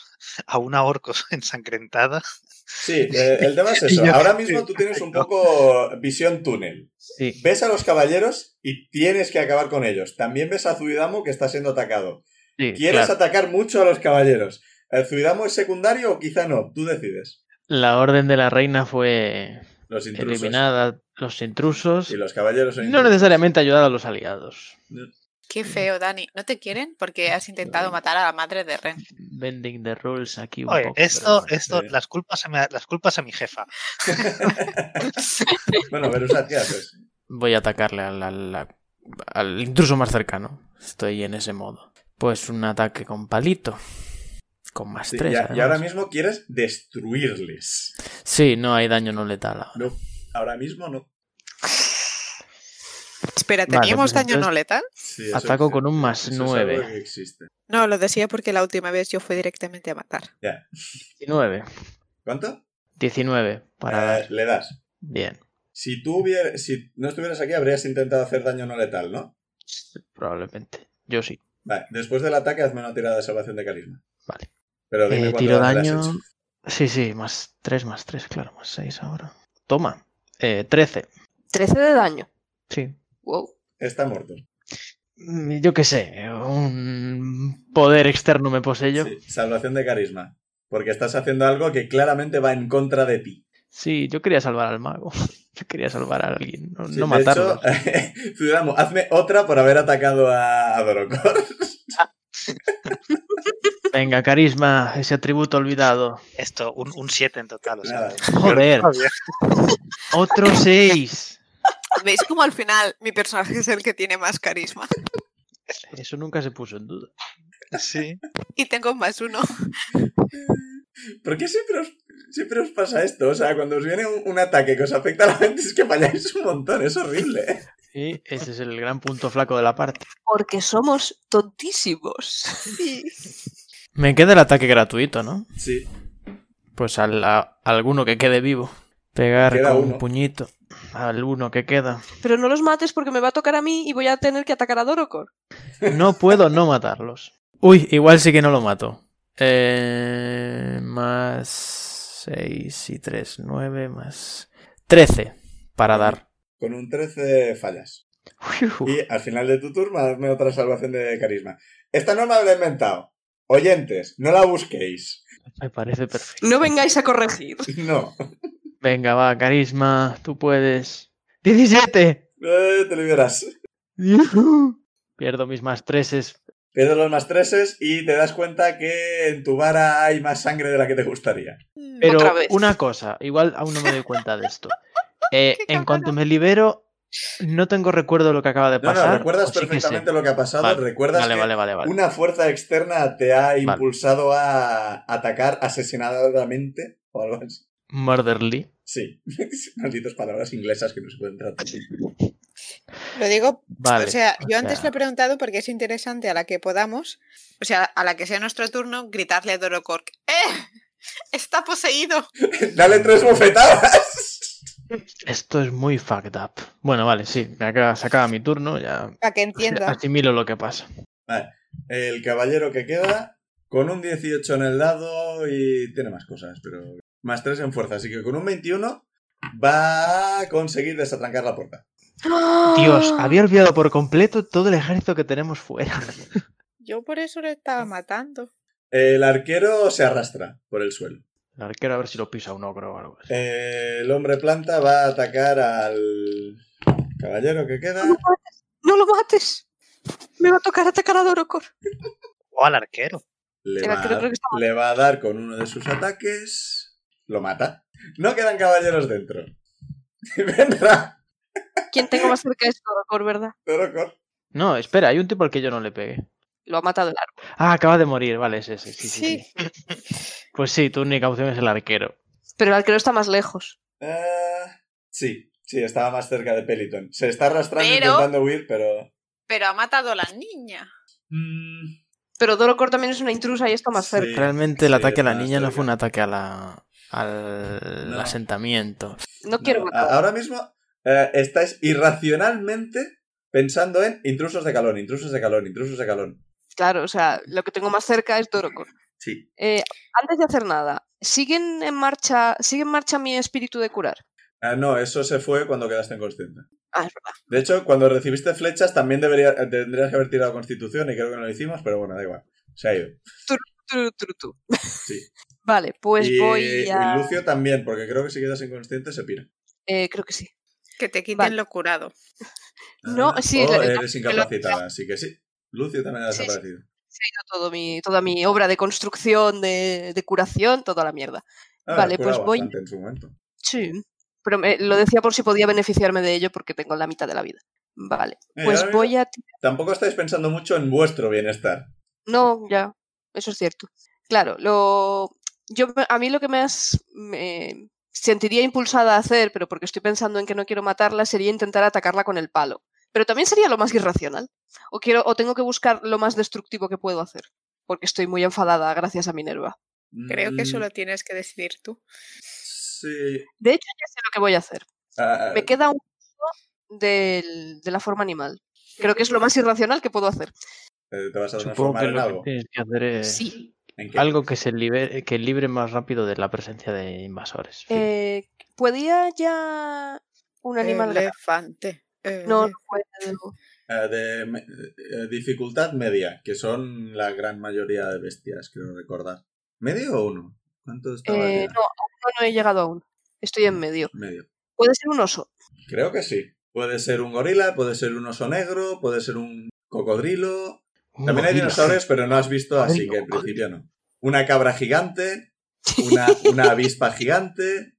S4: a una orcos ensangrentada.
S1: Sí, eh, el tema es eso.
S4: Y yo-
S1: Ahora mismo tú tienes un poco visión túnel.
S3: sí.
S1: Ves a los caballeros y tienes que acabar con ellos. También ves a Zuidamo que está siendo atacado.
S3: Sí,
S1: Quieres
S3: claro.
S1: atacar mucho a los caballeros. ¿El Zuidamo es secundario o quizá no? Tú decides.
S3: La orden de la reina fue
S1: Los intrusos.
S3: eliminada. Los intrusos.
S1: Y los caballeros son
S3: No
S1: intrusos.
S3: necesariamente ayudar a los aliados.
S2: Qué feo, Dani. ¿No te quieren? Porque has intentado matar a la madre de Ren.
S3: Bending the rules aquí un
S4: Oye,
S3: poco. pero
S4: esto,
S3: bueno.
S4: esto,
S1: sí.
S4: las culpas, a mi, las culpas a mi jefa.
S1: Bueno, Verusat, ¿qué haces?
S3: Voy a atacarle al, al- al intruso más cercano. Estoy en ese modo. Pues un ataque con palito. Con más
S1: Sí,
S3: tres.
S1: y, a- y ahora
S3: además.
S1: mismo quieres destruirles.
S3: Sí, no hay daño no letal. ahora.
S1: No, ahora mismo no.
S2: Espera,
S3: Vale,
S2: ¿teníamos
S3: pues
S2: daño no
S3: entonces-
S2: letal?
S1: Sí, eso-
S3: Ataco con un más
S1: eso es algo que
S3: nueve.
S1: existe.
S2: No, lo decía porque la última vez yo fui directamente a matar.
S1: Ya.
S3: 19.
S1: ¿Cuánto?
S3: 19 para
S1: Eh,
S3: dar.
S1: le das.
S3: Bien.
S1: Si tú hubier- si no estuvieras aquí, habrías intentado hacer daño no letal, ¿no?
S3: Probablemente. Yo sí.
S1: Vale, después del ataque hazme una tirada de salvación de carisma.
S3: Vale.
S1: Pero dime
S3: Eh,
S1: cuánto
S3: tiro
S1: daño le has
S3: daño.
S1: hecho.
S3: Sí, sí, más 3, más 3, claro, más 6 ahora. Toma. Eh, 13.
S5: 13 de daño.
S3: Sí.
S5: Wow.
S1: Está muerto.
S3: Mm, Yo qué sé. Un poder externo me poseyó.
S1: Sí, salvación de carisma. Porque estás haciendo algo que claramente va en contra de ti.
S3: Sí, yo quería salvar al mago. Yo quería salvar a alguien, no,
S1: Sí,
S3: no
S1: de
S3: matarlo.
S1: hecho, Zuidamo, hazme otra por haber atacado a, a Dorocor.
S3: Venga, carisma, ese atributo olvidado.
S4: Esto, un un 7 en total. O sea,
S1: Nada.
S3: Joder,
S4: Está bien.
S3: otro 6.
S2: ¿Veis cómo al final mi personaje es el que tiene más carisma?
S3: Eso nunca se puso en duda.
S4: Sí.
S2: Y tengo más uno.
S1: ¿Por qué siempre os, siempre os pasa esto? O sea, cuando os viene un, un ataque que os afecta a la mente es que falláis un montón, es horrible. ¿eh?
S6: Sí, ese es el gran punto flaco de la parte.
S5: Porque somos tontísimos.
S3: Me queda el ataque gratuito, ¿no?
S1: Sí.
S3: Pues al, a- alguno que quede vivo. Pegar
S1: Queda
S3: con
S1: uno.
S3: un puñito al uno que queda.
S5: Pero no los mates porque me va a tocar a mí y voy a tener que atacar a Dorocor.
S3: No puedo no matarlos. Uy, igual sí que no lo mato. Eh, más 6 y 3, 9 más 13 para dar.
S1: Con un 13 fallas. Y al final de tu turno, hazme otra salvación de carisma. Esta norma me la he inventado. Oyentes, no la busquéis.
S6: Me parece perfecto.
S5: No vengáis a corregir.
S1: No.
S6: Venga, va, carisma, tú puedes. ¡17!
S1: Eh, te liberas.
S6: Pierdo mis más treses.
S1: Pierdes los más treses y te das cuenta que en tu vara hay más sangre de la que te gustaría.
S5: Mm.
S6: Pero
S2: Otra vez.
S6: una cosa, igual aún no me doy cuenta de esto. Eh,
S2: Qué
S6: en cuanto
S2: cabrona.
S6: me libero, no tengo recuerdo de lo que acaba de
S1: No,
S6: pasar.
S1: no, recuerdas
S6: o Pues sí que sé.
S1: perfectamente lo que ha pasado.
S6: Vale,
S1: recuerdas
S6: vale,
S1: que
S6: vale, vale, vale.
S1: una fuerza externa te ha impulsado a atacar asesinadamente o algo así.
S6: Murderly.
S1: Sí, malditas palabras inglesas que no se pueden traducir.
S7: Lo digo,
S6: Vale.
S7: o sea, yo
S6: o
S7: antes
S6: sea-
S7: lo he preguntado porque es interesante a la que podamos, o sea, a la que sea nuestro turno, gritarle a Dorocork, ¡eh! ¡Está poseído!
S1: ¡Dale tres bofetadas!
S6: Esto es muy fucked up. Bueno, vale, sí, me acaba, se acaba mi turno, ya
S7: Para que entienda.
S6: asimilo lo que pasa.
S1: El caballero que queda, con un 18 en el dado y tiene más cosas, pero más tres en fuerza, así que con un 21 va a conseguir desatrancar la puerta.
S5: ¡Ah!
S6: Dios,
S7: Ah.
S6: había olvidado por completo todo el ejército que tenemos fuera.
S7: Yo por eso lo estaba matando.
S1: El arquero se arrastra por el suelo.
S6: El arquero a ver si lo pisa un ogro o algo así.
S1: Eh, El hombre planta va a atacar al caballero que queda.
S5: No lo mates, no lo mates. Me va a tocar atacar a Dorocor.
S4: O al arquero.
S1: Le
S5: El
S1: va, a
S5: arquero
S1: dar-
S5: creo que está
S1: le va a dar con uno de sus ataques. Lo mata. No quedan caballeros dentro. Vendrá.
S5: ¿Quién tengo más cerca es Dorocor, verdad?
S1: Zorocor.
S6: No, espera, hay un tipo al que yo no le pegué.
S5: Lo ha matado el árbol.
S6: Ah, acaba de morir, vale, es ese. Sí, sí, sí. Pues sí, tu única opción es el arquero.
S5: Pero el arquero está más lejos.
S1: Eh, sí, sí, estaba más cerca de Peliton. Se está arrastrando
S7: Pero-
S1: intentando huir, pero.
S7: Pero ha matado a la niña.
S1: Mm,
S5: Pero Dorocor también es una intrusa y está más
S1: Sí.
S5: cerca.
S3: Realmente el
S1: sí,
S3: ataque a la
S1: más
S3: niña no
S1: cerca.
S3: fue un ataque a la, al
S1: No.
S3: asentamiento.
S5: No
S6: Ah,
S5: quiero
S1: no,
S5: matar.
S1: a- Ahora mismo eh, estáis irracionalmente pensando en intrusos de calón, intrusos de calón, intrusos de calón.
S5: Claro, o sea, lo que tengo más cerca es Dorocor.
S1: Sí.
S5: Eh, antes de hacer nada, ¿siguen en marcha, sigue en marcha mi espíritu de curar?
S1: Ah, no, eso se fue cuando quedaste inconsciente.
S5: Ah, es verdad.
S1: De hecho, cuando recibiste flechas también debería, tendrías que haber tirado Constitución y creo que no lo hicimos, pero bueno, da igual. Se ha ido.
S5: Tru, tru, tru.
S1: Sí.
S5: Vale, pues
S1: y, eh,
S5: voy a.
S1: y Lucio también, porque creo que si quedas inconsciente se pira.
S5: eh, creo que sí.
S7: Que te quiten
S5: Vale.
S7: lo curado.
S5: No,
S1: Ah,
S5: sí,
S1: o
S5: la-
S1: eres incapacitada, así que sí. Lucio también ha
S5: Sí, sí.
S1: desaparecido.
S5: Se ha ido todo mi, toda mi obra de construcción, de, de curación, toda la mierda.
S1: Ah,
S5: Vale,
S1: curaba
S5: pues voy-
S1: bastante en su momento.
S5: Sí. Pero me- lo decía por si podía beneficiarme de ello porque tengo la mitad de la vida. Vale.
S1: Eh,
S5: Pues
S1: ahora
S5: voy
S1: mismo
S5: a. ti-
S1: Tampoco estáis pensando mucho en vuestro bienestar.
S5: No, ya. Eso es cierto. Claro, lo. Yo, me- a mí lo que más me sentiría impulsada a hacer, pero porque estoy pensando en que no quiero matarla, sería intentar atacarla con el palo. Pero también sería lo más irracional. O quiero, o tengo que buscar lo más destructivo que puedo hacer. Porque estoy muy enfadada, gracias a Minerva.
S7: Creo
S1: Mm,
S7: que eso lo tienes que decidir tú.
S1: Sí.
S5: De hecho, ya sé lo que voy a hacer.
S1: Ah,
S5: Me queda un uso del- de la forma animal. Creo que es lo más irracional que puedo hacer.
S1: eh, te vas a
S6: Supongo
S1: transformar
S6: que
S1: en
S6: lo que
S1: algo.
S6: Ah, tienes que hacer
S3: Eh,
S6: es
S5: Sí.
S1: ¿En qué?
S6: algo que se libere, que libre más rápido de la presencia de invasores. Fin.
S5: Eh, ¿Podía ya
S7: Eh,
S5: un animal grande?
S7: Elefante.
S5: No,
S7: elef-
S5: no puedo.
S1: Eh, de me- eh, dificultad media, que son la gran mayoría de bestias, creo recordar. ¿Medio o uno? ¿Cuánto estaba?
S5: Eh,
S1: ya?
S5: no, aún no, no he llegado aún. Estoy en medio.
S1: Medio.
S5: Puede ser un oso.
S1: Creo que sí. Puede ser un gorila, puede ser un oso negro, puede ser un cocodrilo.
S6: Un
S1: También hay
S6: gorila.
S1: dinosaurios, pero no has visto, así
S6: Cocodrilo,
S1: que en
S6: cocodrilo.
S1: principio no. Una cabra gigante, una, una avispa gigante,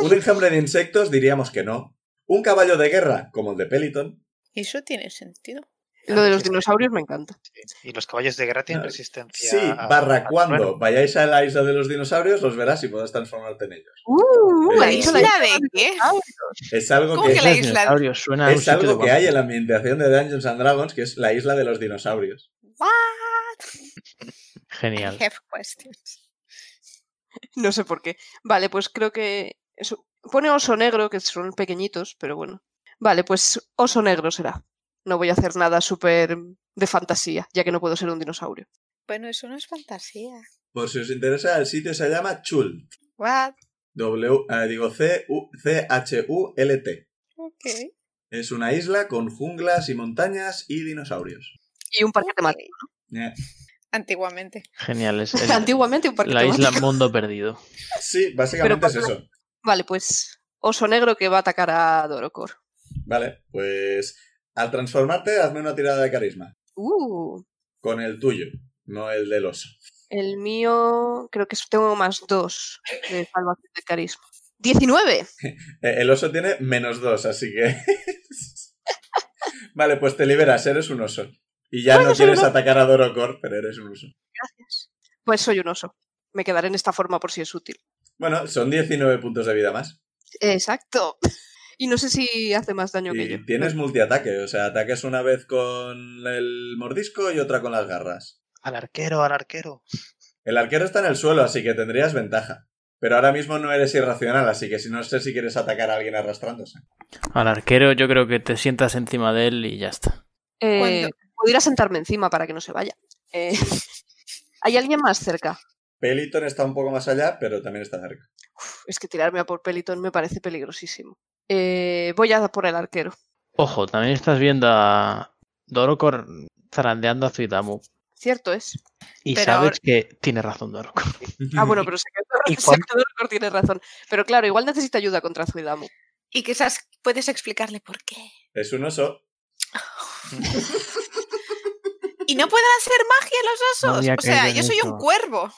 S1: un enjambre de insectos, diríamos que no. Un caballo de guerra, como el de Peliton.
S7: Eso tiene sentido.
S5: Lo de los dinosaurios me encanta.
S4: Y los caballos de guerra tienen
S1: No,
S4: resistencia.
S1: Sí,
S4: a-
S1: barra
S4: a-
S1: cuando
S4: bueno,
S1: vayáis a la isla de los dinosaurios, los verás y podrás transformarte en ellos.
S5: Uh,
S1: Pero-
S5: ha
S7: ¿La
S5: dicho
S7: isla de qué?
S1: Es algo
S7: ¿Cómo
S1: que,
S7: que la
S6: Los
S7: isla?
S6: dinosaurios, suena a Ah, un
S1: es
S6: sitio
S1: algo
S6: de
S1: que hay en
S6: guapo.
S1: la ambientación de Dungeons and Dragons, que es la isla de los dinosaurios.
S7: What? I
S6: Genial.
S7: have questions.
S5: No sé por qué. Vale, pues creo que. eso- Pone oso negro, que son pequeñitos, pero bueno. Vale, pues oso negro será. No voy a hacer nada súper de fantasía, ya que no puedo ser un dinosaurio.
S7: Bueno, eso no es fantasía.
S1: Por si os interesa, el sitio se llama Chult.
S7: What?
S1: W, eh, digo C U C H U L T.
S7: Ok.
S1: Es una isla con junglas y montañas y dinosaurios.
S5: Y un parque temático.
S1: Eh,
S7: Antiguamente.
S6: Genial, es es
S5: Antiguamente un parque
S6: la isla
S5: temático.
S6: Mundo Perdido.
S1: Sí, básicamente es
S5: Pero-
S1: eso.
S5: Vale, pues oso negro que va a atacar a Dorocor.
S1: Vale, pues al transformarte, hazme una tirada de carisma.
S5: Uh,
S1: Con el tuyo, no el del oso.
S5: el mío creo que es- tengo más dos de salvación de carisma. 19.
S1: Eh, El oso tiene menos dos, así que. vale, pues te liberas, eres un oso. Y ya no
S5: soy un
S1: quieres
S5: oso.
S1: atacar a Dorocor, pero eres un oso.
S5: Pues soy un oso. Me quedaré en esta forma por si es útil.
S1: Bueno, son 19 puntos de vida más.
S5: Exacto. Y no sé si hace más daño que yo.
S1: Y tienes multiataque, o sea, ataques una vez con el mordisco y otra con las garras.
S4: Al arquero, al arquero.
S1: El arquero está en el suelo, así que tendrías ventaja. Pero ahora mismo no eres irracional, así que si no sé si quieres atacar a alguien arrastrándose.
S3: Al arquero yo creo que te sientas encima de él y ya está.
S5: Eh,
S7: ¿Cuándo?
S5: pudiera sentarme encima para que no se vaya. Eh, ¿Hay alguien más cerca?
S1: Peliton está un poco más allá, pero también está cerca.
S5: Uf, es que tirarme a por Peliton me parece peligrosísimo. Eh, voy a por el arquero.
S6: Ojo, también estás viendo a Dorocor zarandeando a Zuidamu.
S5: Cierto es.
S6: Y
S7: Pero
S6: sabes
S7: ahora-
S6: que tiene razón Dorocor.
S5: Ah, bueno, pero sé que,
S4: ¿Y
S5: sé
S4: cuánto?
S5: que Dorcor tiene razón. Pero claro, igual necesita ayuda contra Zuidamu.
S7: Y quizás puedes explicarle por qué.
S1: Es un oso.
S7: ¿Y no pueden hacer magia
S6: No
S7: los osos?
S6: había
S7: o sea,
S6: caído en
S7: yo soy
S6: eso.
S7: un cuervo.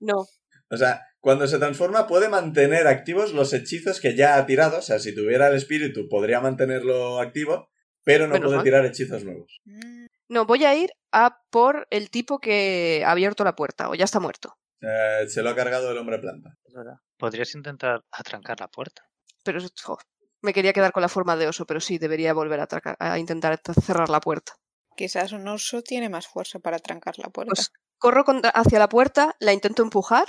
S5: No,
S1: O sea, cuando se transforma puede mantener activos los hechizos que ya ha tirado. O sea, si tuviera el espíritu podría mantenerlo activo, pero no
S5: Menos
S1: puede
S5: mal.
S1: tirar hechizos nuevos.
S7: Mm,
S5: no, voy a ir a por el tipo que ha abierto la puerta o ya está muerto.
S1: Eh, se lo ha cargado el hombre planta.
S4: es verdad. Podrías intentar atrancar la puerta.
S5: Pero eso- jo, me quería quedar con la forma de oso, pero sí, debería volver a, atraca- a intentar t- cerrar la puerta.
S7: Quizás un oso tiene más fuerza para trancar la puerta.
S5: Pues corro contra- hacia la puerta, la intento empujar.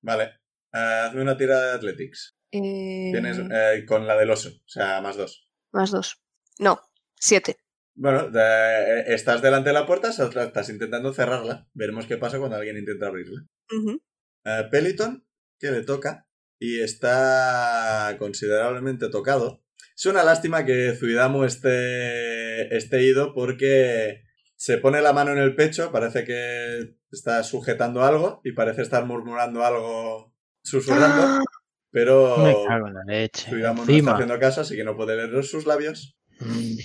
S1: Vale. Eh, hazme una tirada de athletics.
S5: eh,
S1: Tienes eh, con la del oso, o sea, más dos.
S5: Más dos. No, siete.
S1: Bueno, eh, estás delante de la puerta, sal- estás intentando cerrarla. Veremos qué pasa cuando alguien intenta abrirla.
S5: Ujú.
S1: Eh, Peliton, que le toca, y está considerablemente tocado. Es una lástima que Zuidamu esté, esté ido porque se pone la mano en el pecho, parece que está sujetando algo y parece estar murmurando algo,
S5: ¡Ah!
S1: susurrando, pero
S6: Me cago en la leche.
S1: Oh, Zuidamu no está
S6: Encima.
S1: haciendo caso, así que no puede leer sus labios.
S6: Mm,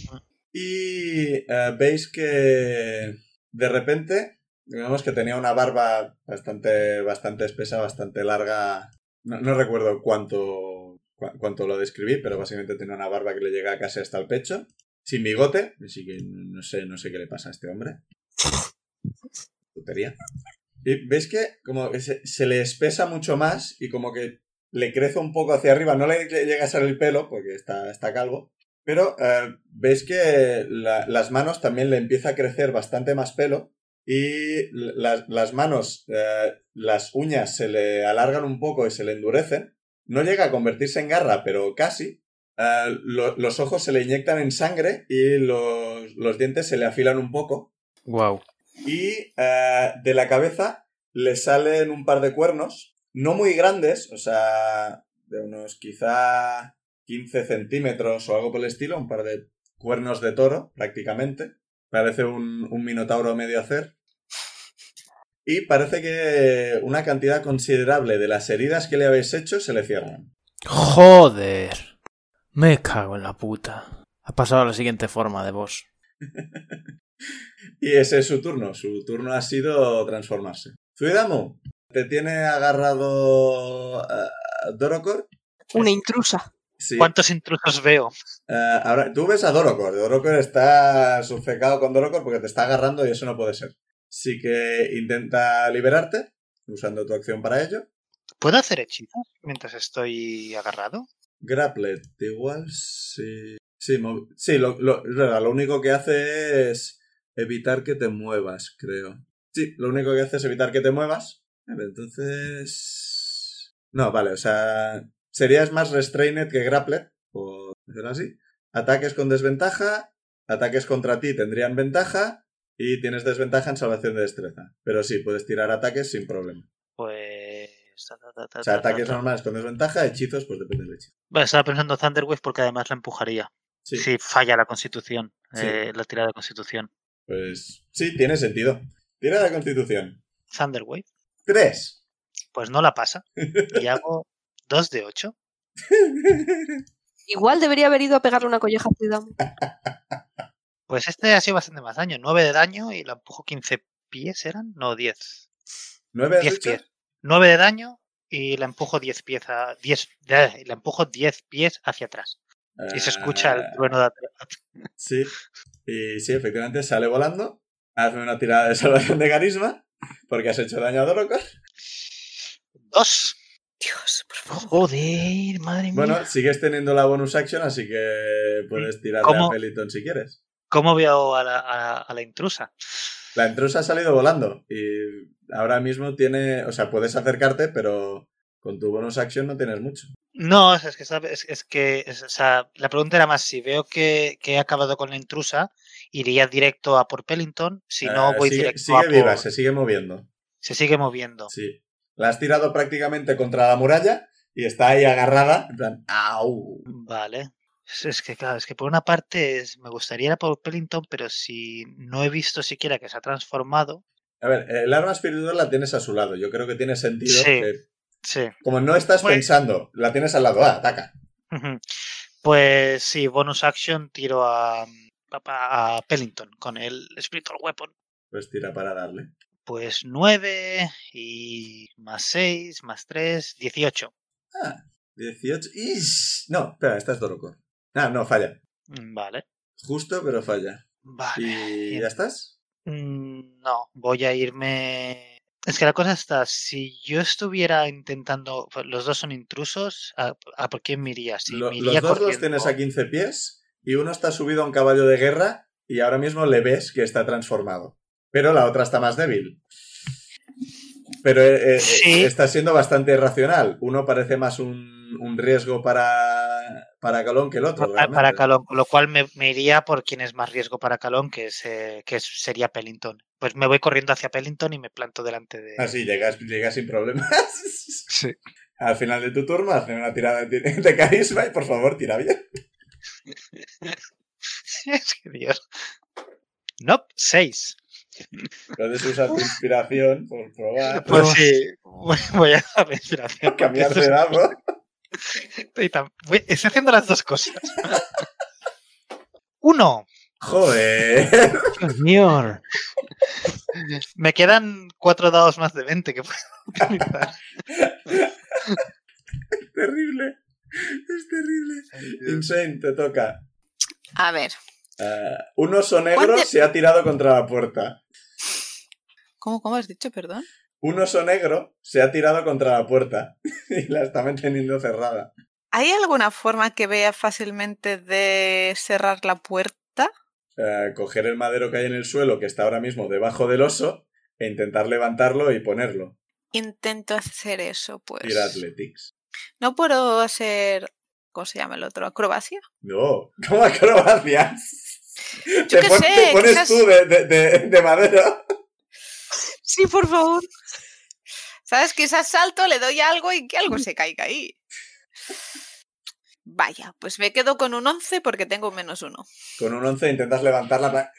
S1: Y eh, veis que de repente, digamos que tenía una barba bastante, bastante espesa, bastante larga. No, no recuerdo cuánto, cua- cuánto lo describí, pero básicamente tenía una barba que le llega casi hasta el pecho, sin bigote, así que no sé, no sé qué le pasa a este hombre. Putería. Y veis que como que se, se le espesa mucho más y como que le crece un poco hacia arriba. No le le llega a salir el pelo porque está, está calvo. Pero eh, veis que la- las manos también le empieza a crecer bastante más pelo y la- las manos, eh, las uñas se le alargan un poco y se le endurecen. No llega a convertirse en garra, pero casi. Eh, lo- los ojos se le inyectan en sangre y los, los dientes se le afilan un poco.
S6: Guau.
S1: Y eh, de la cabeza le salen un par de cuernos, no muy grandes, o sea, de unos quizá 15 centímetros o algo por el estilo, un par de cuernos de toro prácticamente. Parece un, un minotauro a medio hacer. Y parece que una cantidad considerable de las heridas que le habéis hecho se le cierran.
S3: Joder. Me cago en la puta. Ha pasado a la siguiente forma de voz.
S1: Y ese es su turno. Su turno ha sido transformarse. Zuidamu, te tiene agarrado eh, Dorocor
S5: Una intrusa.
S1: Sí.
S4: ¿Cuántos intrusos veo?
S1: Eh, ahora, tú ves a Dorocor. Dorocor está sufecado con Dorocor porque te está agarrando y eso no puede ser. Así que intenta liberarte, usando tu acción para ello.
S4: ¿Puedo hacer hechizos mientras estoy agarrado?
S1: Grapplet, igual sí. Sí, mo- sí, lo, lo- es verdad, lo único que hace es evitar que te muevas, creo. Sí, lo único que hace es evitar que te muevas. A ver, entonces. No, vale, o sea. Serías más restrained que grapplet, por decirlo así. Ataques con desventaja, ataques contra ti tendrían ventaja y tienes desventaja en salvación de destreza. Pero sí, puedes tirar ataques sin problema.
S4: Pues... ta, ta, ta, ta,
S1: O sea,
S4: ta, ta,
S1: ataques
S4: ta.
S1: normales con desventaja, hechizos, pues depende del hechizo.
S4: Vale, estaba pensando Thunderwave porque además la empujaría.
S1: Sí.
S4: Si falla la constitución,
S1: Sí.
S4: eh, la tirada de constitución.
S1: Pues sí, tiene sentido. Tira la constitución.
S4: Thunderwave,
S1: Tres.
S4: pues no la pasa. Y hago 2 de 8.
S5: Igual debería haber ido a pegarle una colleja a Zidane.
S4: Pues este ha sido bastante más daño. 9 de daño y la empujo 15 pies, ¿eran? No, 10.
S1: ¿Nueve has
S4: 10
S1: dicho?
S4: pies. 9 de daño y la empujo 10 pies a- 10, eh, y la empujo 10 pies hacia atrás. Y se escucha el
S1: Ah,
S4: trueno de atrás.
S1: Sí. Y sí, efectivamente sale volando. Hazme una tirada de salvación de carisma. Porque has hecho daño a Dorocor.
S4: 2.
S7: Dios, por favor.
S6: Joder, madre mía.
S1: Bueno, sigues teniendo la bonus action, así que puedes tirarle
S4: Mm, ¿Cómo?
S1: a Peliton si quieres.
S4: ¿Cómo veo a la, a la- a la intrusa?
S1: La intrusa ha salido volando. Y ahora mismo tiene. O sea, puedes acercarte, pero con tu bonus action no tienes mucho.
S4: No, es que, sabe- es, es que es- o sea, la pregunta era más, si veo que, que he acabado con la intrusa, iría directo a por Pellington, si no
S1: Ah,
S4: voy
S1: sigue,
S4: directo
S1: sigue
S4: a por...
S1: viva, se sigue moviendo.
S4: Se sigue moviendo.
S1: Sí. La has tirado prácticamente contra la muralla y está ahí agarrada. En plan, ¡au!
S4: Vale. Es- Es que, claro, es que por una parte es- me gustaría ir a por Pellington, pero si no he visto siquiera que se ha transformado,
S1: A ver, el arma espiritual la tienes a su lado. Yo creo que tiene sentido.
S4: Sí.
S1: que-
S4: sí.
S1: como no estás
S4: Pues-
S1: pensando, la tienes al lado. Ah, ataca.
S4: Ujú. Pues sí, bonus action tiro a, a, a Pellington con el Spiritual Weapon.
S1: Pues tira para darle.
S4: Pues 9 y más 6, más 3, 18.
S1: Ah, 18. ¡Ish! No, espera, esta es Dorocor. Ah, no, falla.
S4: Mm, Vale.
S1: Justo, pero falla.
S4: Vale.
S1: ¿Y ya estás?
S4: Mm, No, voy a irme. Es que la cosa está, si yo estuviera intentando, los dos son intrusos, ¿a, a por quién me iría? Si
S1: Lo-
S4: me
S1: los
S4: iría
S1: dos los tienes a
S4: corriendo-
S1: 15 pies y uno está subido a un caballo de guerra y ahora mismo le ves que está transformado. Pero la otra está más débil. Pero eh, eh,
S4: Sí.
S1: está siendo bastante irracional. Uno parece más un, un riesgo para, para Colón que el otro.
S4: pa-
S1: realmente.
S4: para Calón, con lo cual me, me iría por quien es más riesgo para Calón, que, es, eh, que es- sería Pellington. Pues me voy corriendo hacia Pellington y me planto delante de...
S1: Así Ah, llegas, llegas sin problemas.
S4: Sí.
S1: Al final de tu turno, hazme una tirada de, de carisma y por favor tira bien.
S4: es que Dios. No, 6.
S1: Puedes usar tu inspiración por probar.
S4: Pues sí, voy voy a dar inspiración. porque
S1: Cambiar
S4: esto
S1: de
S4: es-
S1: dado.
S4: estoy, tan- voy- estoy haciendo las dos cosas. Uno.
S1: Joder.
S6: Señor.
S4: Me quedan cuatro dados más de 20 que puedo utilizar.
S1: terrible. Es terrible. Insane, te toca.
S7: A ver,
S1: Ah, un oso negro
S7: ¿Cuánto-
S1: se ha tirado contra la puerta.
S7: ¿cómo, cómo has dicho, perdón?
S1: Un oso negro se ha tirado contra la puerta y la está manteniendo cerrada.
S7: ¿Hay alguna forma que vea fácilmente de cerrar la puerta?
S1: Ah, coger el madero que hay en el suelo, que está ahora mismo debajo del oso, e intentar levantarlo y ponerlo.
S7: Intento hacer eso, pues.
S1: Tira Athletics.
S7: No puedo hacer. ¿Cómo se llama el otro? ¿Acrobacia?
S1: No, como acrobacias.
S7: Yo
S1: Te,
S7: qué
S1: pon-
S7: sé,
S1: te pones
S7: quizás-
S1: tú de, de, de- de madero.
S5: Sí, por favor.
S7: ¿Sabes? Quizás salto, le doy algo y que algo se caiga ahí. Vaya, pues me quedo con un 11 porque tengo un menos uno.
S1: Con un 11 intentas levantarla. pa-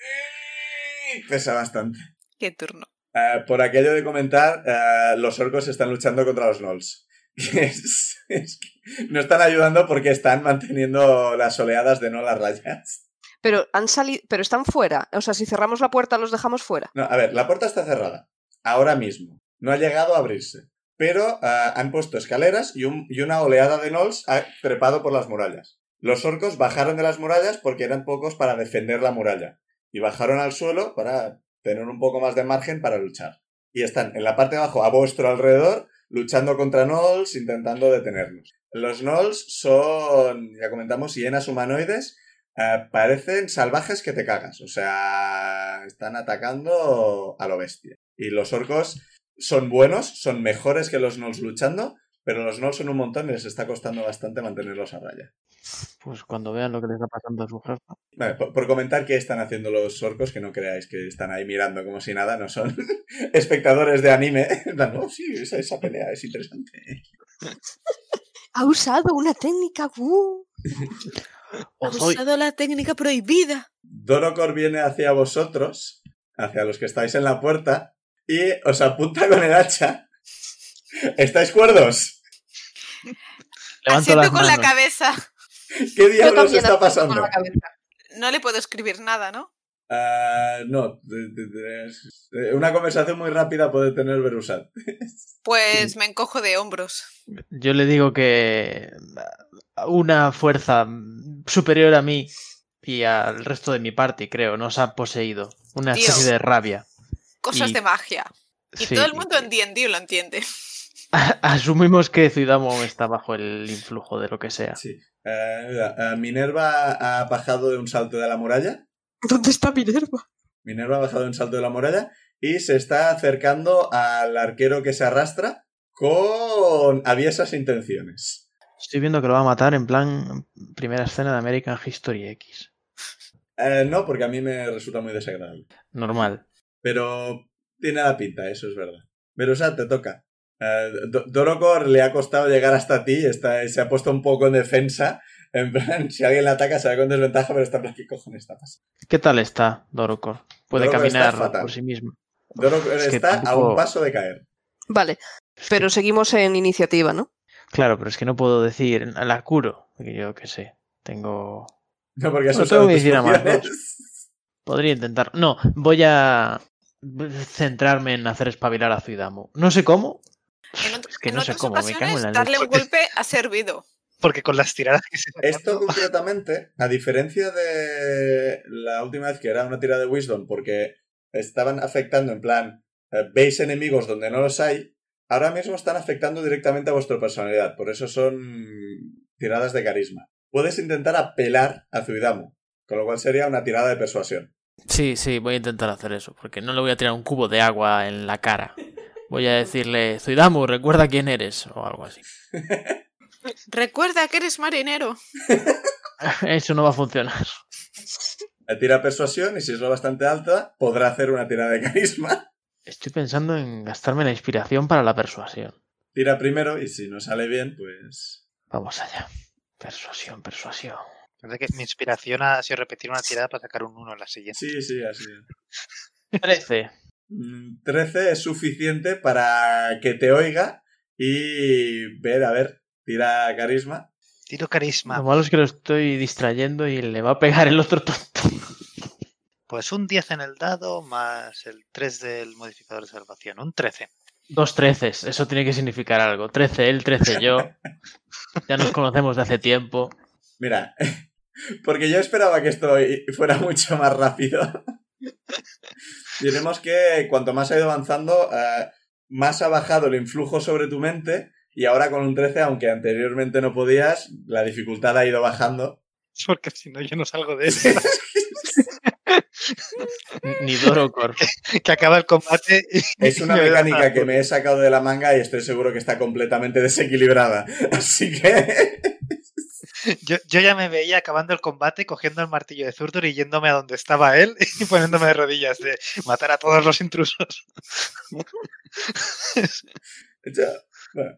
S1: Pesa bastante.
S7: ¿Qué turno?
S1: Eh, por aquello de comentar, eh, los orcos están luchando contra los gnolls. Es- es que no están ayudando porque están manteniendo las oleadas de no las rayas.
S5: Pero han salido, pero están fuera. O sea, si cerramos la puerta los dejamos fuera.
S1: No, a ver, la puerta está cerrada. Ahora mismo. No ha llegado a abrirse. pero ah, han puesto escaleras y, un- y una oleada de gnolls ha trepado por las murallas. Los orcos bajaron de las murallas porque eran pocos para defender la muralla y bajaron al suelo para tener un poco más de margen para luchar. Y están en la parte de abajo, a vuestro alrededor, luchando contra gnolls, intentando detenernos. Los gnolls son, ya comentamos, hienas humanoides eh, parecen salvajes que te cagas. O sea, están atacando a lo bestia. Y los orcos son buenos, son mejores que los gnolls luchando, pero los gnolls son un montón y les está costando bastante mantenerlos a raya.
S3: Pues cuando vean lo que le está pasando a su jefa.
S1: Vale, por, por comentar qué están haciendo los orcos, que no creáis que están ahí mirando como si nada, no son espectadores de anime. En plan, "Oh, sí, esa, esa pelea es interesante.
S5: Ha usado una técnica. ¡uh!
S7: Ha usado la técnica prohibida.
S1: Dorocor viene hacia vosotros, hacia los que estáis en la puerta, y os apunta con el hacha. ¿Estáis cuerdos?
S3: Levanto
S7: Haciendo
S3: las
S7: con la
S3: manos.
S7: cabeza.
S1: ¿Qué
S5: Yo
S1: diablos
S5: también
S1: está
S5: hago con
S1: pasando?
S5: la cabeza.
S7: No le puedo escribir nada, ¿no?
S1: Ah, no, de- de- de- es- eh, una conversación muy rápida puede tener Berusat.
S7: Pues me encojo de hombros.
S3: Yo le digo que una fuerza superior a mí y al resto de mi party, creo, nos ha poseído. Una
S7: Tío.
S3: especie de rabia.
S7: Cosas
S3: Y-
S7: de magia. Y
S3: Sí,
S7: todo el mundo en D&D lo entiende.
S3: Asumimos que Zuidamo está bajo el influjo de lo que sea.
S1: Sí. Eh, mira, eh, Minerva ha bajado de un salto de la muralla.
S5: ¿Dónde está Minerva?
S1: Minerva ha bajado de un salto de la muralla y se está acercando al arquero que se arrastra con aviesas intenciones.
S3: Estoy viendo que lo va a matar en plan primera escena de American History X.
S1: Eh, no, porque a mí me resulta muy desagradable.
S3: Normal.
S1: Pero tiene la pinta, eso es verdad. Pero, o sea, te toca. Eh, Do- Dorocor le ha costado llegar hasta ti, está, se ha puesto un poco en defensa. En plan, si alguien la ataca, sale con desventaja, pero está en plan, ¿qué cojones está pasando?
S3: ¿Qué tal está Dorocor? Puede
S1: Dorocor está
S3: caminar
S1: fatal.
S3: por sí mismo.
S1: Dorocor
S3: Es que
S1: está a
S3: tampoco-
S1: un paso de caer.
S5: Vale, pero seguimos en iniciativa, ¿no?
S3: Claro, pero es que no puedo decir la curo, porque yo qué sé. Tengo.
S1: No, porque eso
S3: Bueno,
S1: es
S3: tengo que decir a más Podría intentar. No, voy a centrarme en hacer espabilar a Zuidamo. No sé cómo.
S7: En, ot-
S3: Es que
S7: en
S3: no sé
S7: otras
S3: cómo, me
S7: ocasiones,
S3: cago en la leche.
S7: darle un golpe ha servido.
S4: Porque con las tiradas que se
S1: Esto concretamente, a diferencia de la última vez que era una tira de Wisdom, porque estaban afectando en plan, eh, veis enemigos donde no los hay, ahora mismo están afectando directamente a vuestra personalidad, por eso son tiradas de carisma. Puedes intentar apelar a Zuidamu, con lo cual sería una tirada de persuasión.
S10: Sí, sí, voy a intentar hacer eso, porque no le voy a tirar un cubo de agua en la cara. Voy a decirle, Zuidamu, recuerda quién eres, o algo así.
S7: Recuerda que eres marinero.
S3: Eso no va a funcionar.
S1: Eh, Tira persuasión y si es lo bastante alta, podrá hacer una tirada de carisma.
S3: Estoy pensando en gastarme la inspiración para la persuasión.
S1: Tira primero y si no sale bien, pues...
S3: Vamos allá. Persuasión, persuasión.
S4: Parece que mi inspiración ha sido repetir una tirada para sacar un 1 en la siguiente.
S1: Sí, sí, así. es.
S3: Parece.
S1: Mm, 13 es suficiente para que te oiga y ver, a ver, tira carisma.
S4: Tiro
S3: Lo
S4: carisma.
S3: malo es que lo estoy distrayendo y le va a pegar el otro tonto.
S4: Pues un 10 en el dado más el 3 del modificador de salvación. Un 13.
S3: Dos treces, eso tiene que significar algo. Trece él, trece yo. Ya nos conocemos de hace tiempo.
S1: Mira, porque yo esperaba que esto i- fuera mucho más rápido. Diremos que cuanto más ha ido avanzando, eh, más ha bajado el influjo sobre tu mente y ahora con un 13, aunque anteriormente no podías, la dificultad ha ido bajando.
S4: Porque si no, yo no salgo de esto.
S3: Ni Dorocor.
S4: que acaba el combate. y-
S1: Es una
S4: y me voy a
S1: mecánica
S4: dar
S1: que
S4: por-
S1: me he sacado de la manga y estoy seguro que está completamente desequilibrada. Así que...
S4: Yo, yo ya me veía acabando el combate, cogiendo el martillo de Zurdur y yéndome a donde estaba él y poniéndome de rodillas de matar a todos los intrusos.
S1: Ya, bueno.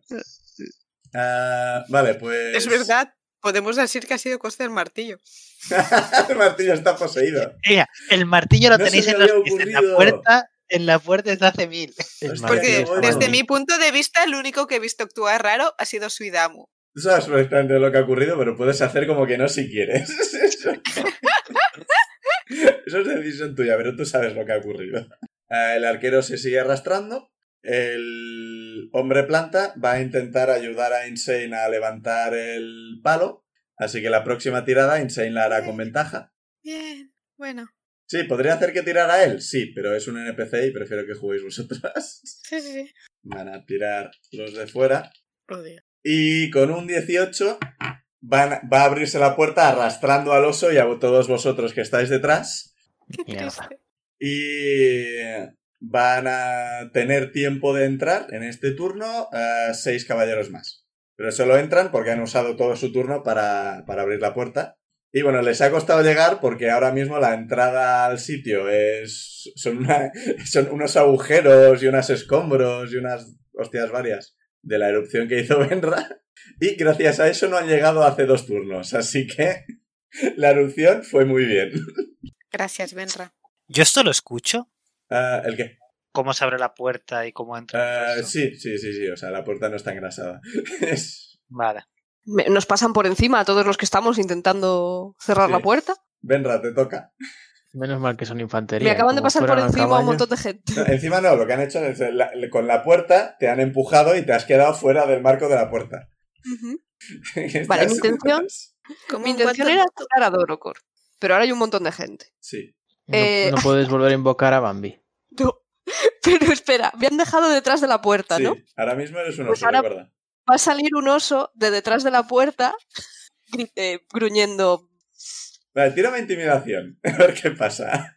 S1: Ah, vale, pues.
S7: Es verdad. Podemos decir que ha sido cosa del martillo.
S1: el martillo está poseído.
S4: Mira, el martillo lo
S1: No se
S4: tenéis
S1: me
S4: en, los-
S1: había
S4: en
S1: ocurrido.
S4: la puerta. En la puerta desde hace mil.
S3: El
S1: Hostia,
S3: martillo
S7: Porque
S1: qué bueno.
S3: está
S7: desde
S3: maldito.
S7: mi punto de vista, el único que he visto actuar raro ha sido Suidamu.
S1: Tú sabes perfectamente lo que ha ocurrido, pero puedes hacer como que no si quieres. Eso, Eso es decisión tuya, pero tú sabes lo que ha ocurrido. Ah, el arquero se sigue arrastrando. El hombre planta va a intentar ayudar a Insane a levantar el palo. Así que la próxima tirada Insane la hará con ventaja.
S7: Bien, bueno.
S1: Sí, podría hacer que tirara él, sí, pero es un NPC y prefiero que juguéis vosotras.
S7: Sí, sí, sí.
S1: Van a tirar los de fuera.
S7: Odio.
S1: Y con un 18 van- va a abrirse la puerta arrastrando al oso y a todos vosotros que estáis detrás.
S6: Mierda.
S1: Y van a tener tiempo de entrar en este turno eh, seis caballeros más. Pero solo entran porque han usado todo su turno para, para abrir la puerta. Y bueno, les ha costado llegar porque ahora mismo la entrada al sitio es. son, una- son unos agujeros y unos escombros y unas hostias varias de la erupción que hizo Benra. Y gracias a eso no han llegado hace dos turnos. Así que la erupción fue muy bien.
S7: Gracias, Benra.
S4: Yo esto lo escucho.
S1: Ah, ¿El qué?
S4: Cómo se abre la puerta y cómo entra.
S1: Ah,
S4: el oso.
S1: sí, sí, sí, sí. O sea, la puerta no está engrasada. Es-
S4: Vale.
S5: Me- Nos pasan por encima a todos los que estamos intentando cerrar
S1: Sí.
S5: la puerta.
S1: Benra, te toca.
S6: Menos mal que son infantería.
S5: Me acaban de
S6: como
S5: pasar por
S6: fueran los
S5: encima a un
S6: caballos.
S5: montón de gente.
S1: No, encima no, lo que han hecho es la- con la puerta te han empujado y te has quedado fuera del marco de la puerta. Este
S5: Ujú.
S1: Estás-
S5: Vale, mi intención-
S7: ¿Cómo
S5: Mi
S7: en
S5: intención
S7: cuanto-
S5: era atacar a Dorocor, pero ahora hay un montón de gente.
S1: Sí.
S6: No,
S5: Eh,
S6: no puedes volver a invocar a Bambi.
S5: No. Pero espera, me han dejado detrás de la puerta,
S1: sí.
S5: ¿no?
S1: Ahora mismo eres un
S5: Pues
S1: oso,
S5: ahora-
S1: recuerda.
S5: Va a salir un oso de detrás de la puerta gri- eh, gruñendo.
S1: Vale, tírame intimidación. A ver qué pasa.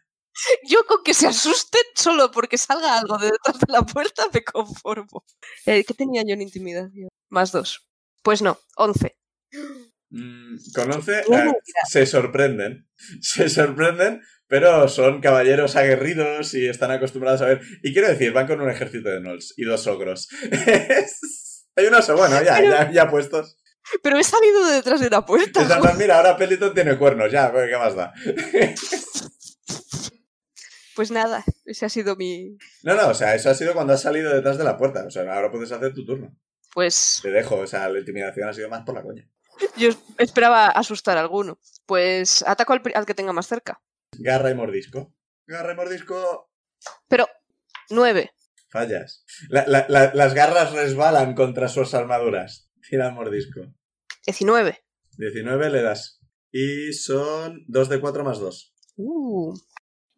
S5: Yo con que se asusten solo porque salga algo de detrás de la puerta me conformo. Eh, ¿Qué tenía yo en intimidación? Más dos. Pues no, once.
S1: Mm, Con 11
S5: Yo
S1: ah,
S5: no-
S1: se sorprenden. Se sorprenden, pero son caballeros aguerridos y están acostumbrados a ver. Y quiero decir, van con un ejército de gnolls y dos ogros. Hay un oso, bueno, ya,
S5: Pero-
S1: ya, ya puestos.
S5: Pero he salido de detrás de la puerta.
S1: Es en plan, mira, ahora Peliton tiene cuernos, ya, pues, ¿qué más da?
S5: Pues nada, ese ha sido mi.
S1: No, no, o sea, eso ha sido cuando has salido detrás de la puerta. O sea, ahora puedes hacer tu turno.
S5: Pues
S1: Te dejo, o sea, la intimidación ha sido más por la coña.
S5: yo esperaba asustar a alguno. Pues ataco al, pri- al que tenga más cerca.
S1: Garra y mordisco. Garra y mordisco.
S5: Pero nueve.
S1: Fallas. La- la- la- las garras resbalan contra sus armaduras. Tira el mordisco.
S5: 19.
S1: 19 le das. Y son 2 de 4 más 2.
S5: Uh.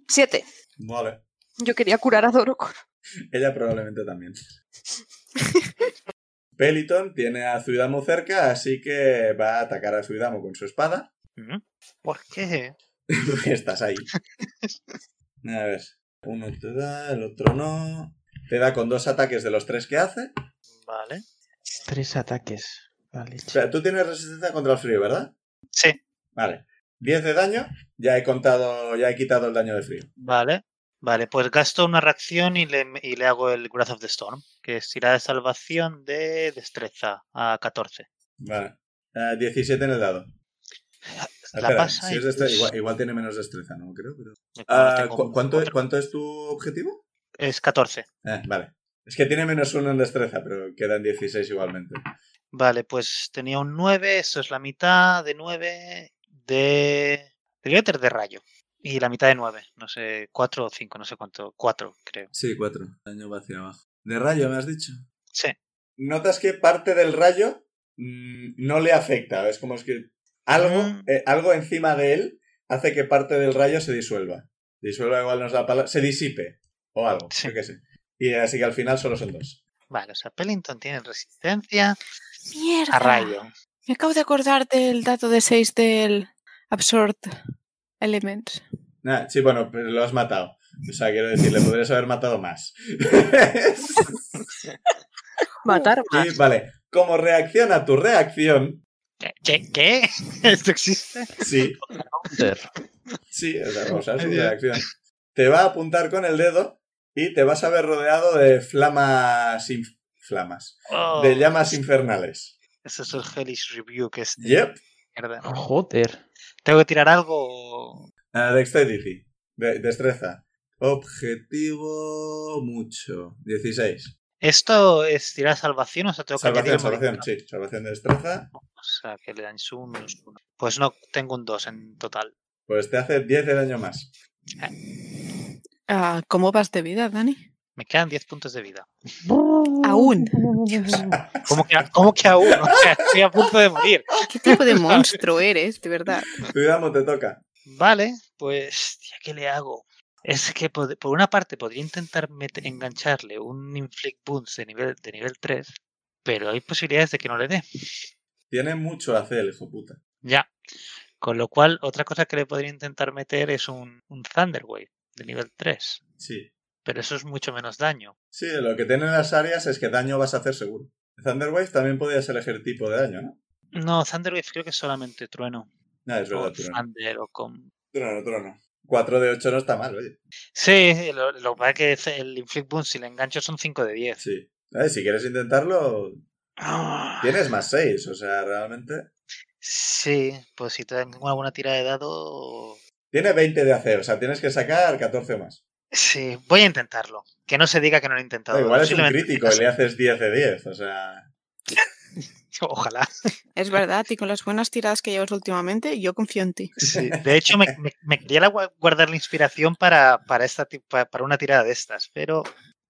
S5: 7.
S1: Vale.
S5: Yo quería curar a Dorocor.
S1: Ella probablemente también. Peliton tiene a Zuidamo cerca, así que va a atacar a Zuidamo con su espada.
S4: Mm. ¿Por qué?
S1: Estás ahí. A ver. Uno te da, el otro no. Te da con dos ataques de los tres que hace.
S4: Vale.
S6: Tres ataques. Vale,
S1: O sea, tú tienes resistencia contra el frío, ¿verdad?
S4: Sí,
S1: Vale. 10 de daño. Ya he contado, ya he quitado el daño de frío.
S4: vale. Vale, pues gasto una reacción y le, y le hago el Wrath of the Storm, que es tirada de salvación de destreza a 14.
S1: Vale. Eh, 17 en el dado.
S4: La
S1: Espera,
S4: pasa
S1: Ah, si
S4: y
S1: es destre-
S4: pues-
S1: igual, igual tiene menos destreza, ¿no? Creo, pero-
S4: Me-
S1: Ah,
S4: tengo
S1: ¿cu- cuánto,
S4: cuatro.
S1: ¿Cuánto es tu objetivo?
S4: Es 14.
S1: Eh, vale. Es que tiene menos uno en destreza, pero quedan 16 igualmente.
S4: Vale, pues tenía un 9, eso es la mitad de 9 de... Debería tener de rayo. Y la mitad de 9, no sé, 4 o 5, no sé cuánto. 4, creo.
S1: Sí, 4. Daño va hacia abajo. De rayo, me has dicho.
S4: Sí,
S1: notas que parte del rayo mm, no le afecta. Es como es que algo,
S4: Mm.
S1: eh, algo encima de él hace que parte del rayo se disuelva. Disuelva igual no es la palabra. Se disipe. O algo,
S4: Sí.
S1: yo qué sé. Y así que al final solo son dos.
S4: vale, o sea, Pellington tiene resistencia
S7: Mierda.
S4: a rayo.
S7: Me acabo de acordar del dato de 6 del Absurd Elements.
S1: Nah, sí, bueno, pero lo has matado. O sea, quiero decir, le podrías haber matado más.
S5: Matar
S4: Ah.
S5: más.
S1: y vale, como reacción a tu reacción,
S4: ¿Qué? ¿Qué? ¿Qué? ¿Esto existe?
S1: sí,
S6: Joder.
S1: Sí, o sea, vamos a ver su
S4: Ay, Dios.
S1: reacción. Te va a apuntar con el dedo y te vas a ver rodeado de flamas. inf- flamas.
S4: Oh,
S1: De llamas infernales.
S4: Ese es el Hellish Review que es de
S1: Yep.
S4: mierda.
S6: Joder.
S4: ¿Tengo que tirar algo? o-
S1: Ah, dexterity. De- destreza. Objetivo. Mucho. 16.
S4: ¿Esto es tirar salvación o sea, tengo que
S1: Salvación,
S4: añadir
S1: salvación.
S4: modificador?
S1: Sí, salvación de destreza.
S4: O sea, que le dan su menos uno. Pues no, tengo un 2 en total. Ah,
S1: Pues te hace 10 de daño más.
S7: Ah, ¿Cómo vas de vida, Dani?
S4: Me quedan 10 puntos de vida.
S5: Aún.
S4: ¿Cómo que, cómo que aún? O sea, estoy a punto de morir.
S5: Ah,
S7: ¿Qué tipo de monstruo eres, de verdad?
S1: Cuidado, te toca.
S4: Vale, pues, tía, ¿qué le hago? Es que pod- por una parte podría intentar met- engancharle un inflict wounds de nivel, de nivel 3, pero hay posibilidades de que no le dé.
S1: Tiene mucho hacer, el hijo puta.
S4: Ya. Con lo cual, otra cosa que le podría intentar meter es un, un Thunder Wave de nivel 3,
S1: Sí.
S4: pero eso es mucho menos daño.
S1: Sí, lo que tienen las áreas es que daño vas a hacer seguro. Thunderwave también podías elegir tipo de daño, ¿no?
S4: No, Thunder Wave creo que es solamente trueno.
S1: No, es
S4: O
S1: verdad, trono.
S4: Thunder o con...
S1: Trono, trono. 4 de 8 no está mal, oye.
S4: Sí, lo, lo que pasa es que el Inflict Wounds, si le engancho, son 5 de 10.
S1: Sí. Ay, si quieres intentarlo,
S4: Ah.
S1: tienes más 6, o sea, realmente...
S4: Sí, pues si tengo alguna tira de dado.
S1: Tiene 20 de AC, o sea, tienes que sacar 14 o más.
S4: Sí, voy a intentarlo. Que no se diga que no lo he intentado.
S1: Da igual es un
S4: Posiblemente
S1: crítico y le haces 10 de 10, o sea...
S4: Ojalá.
S7: Es verdad, y con las buenas tiradas que llevas últimamente, yo confío en ti.
S4: Sí, De hecho, me, me- me quería la gua- guardar la inspiración para, para, esta, ti- pa- para una tirada de estas, pero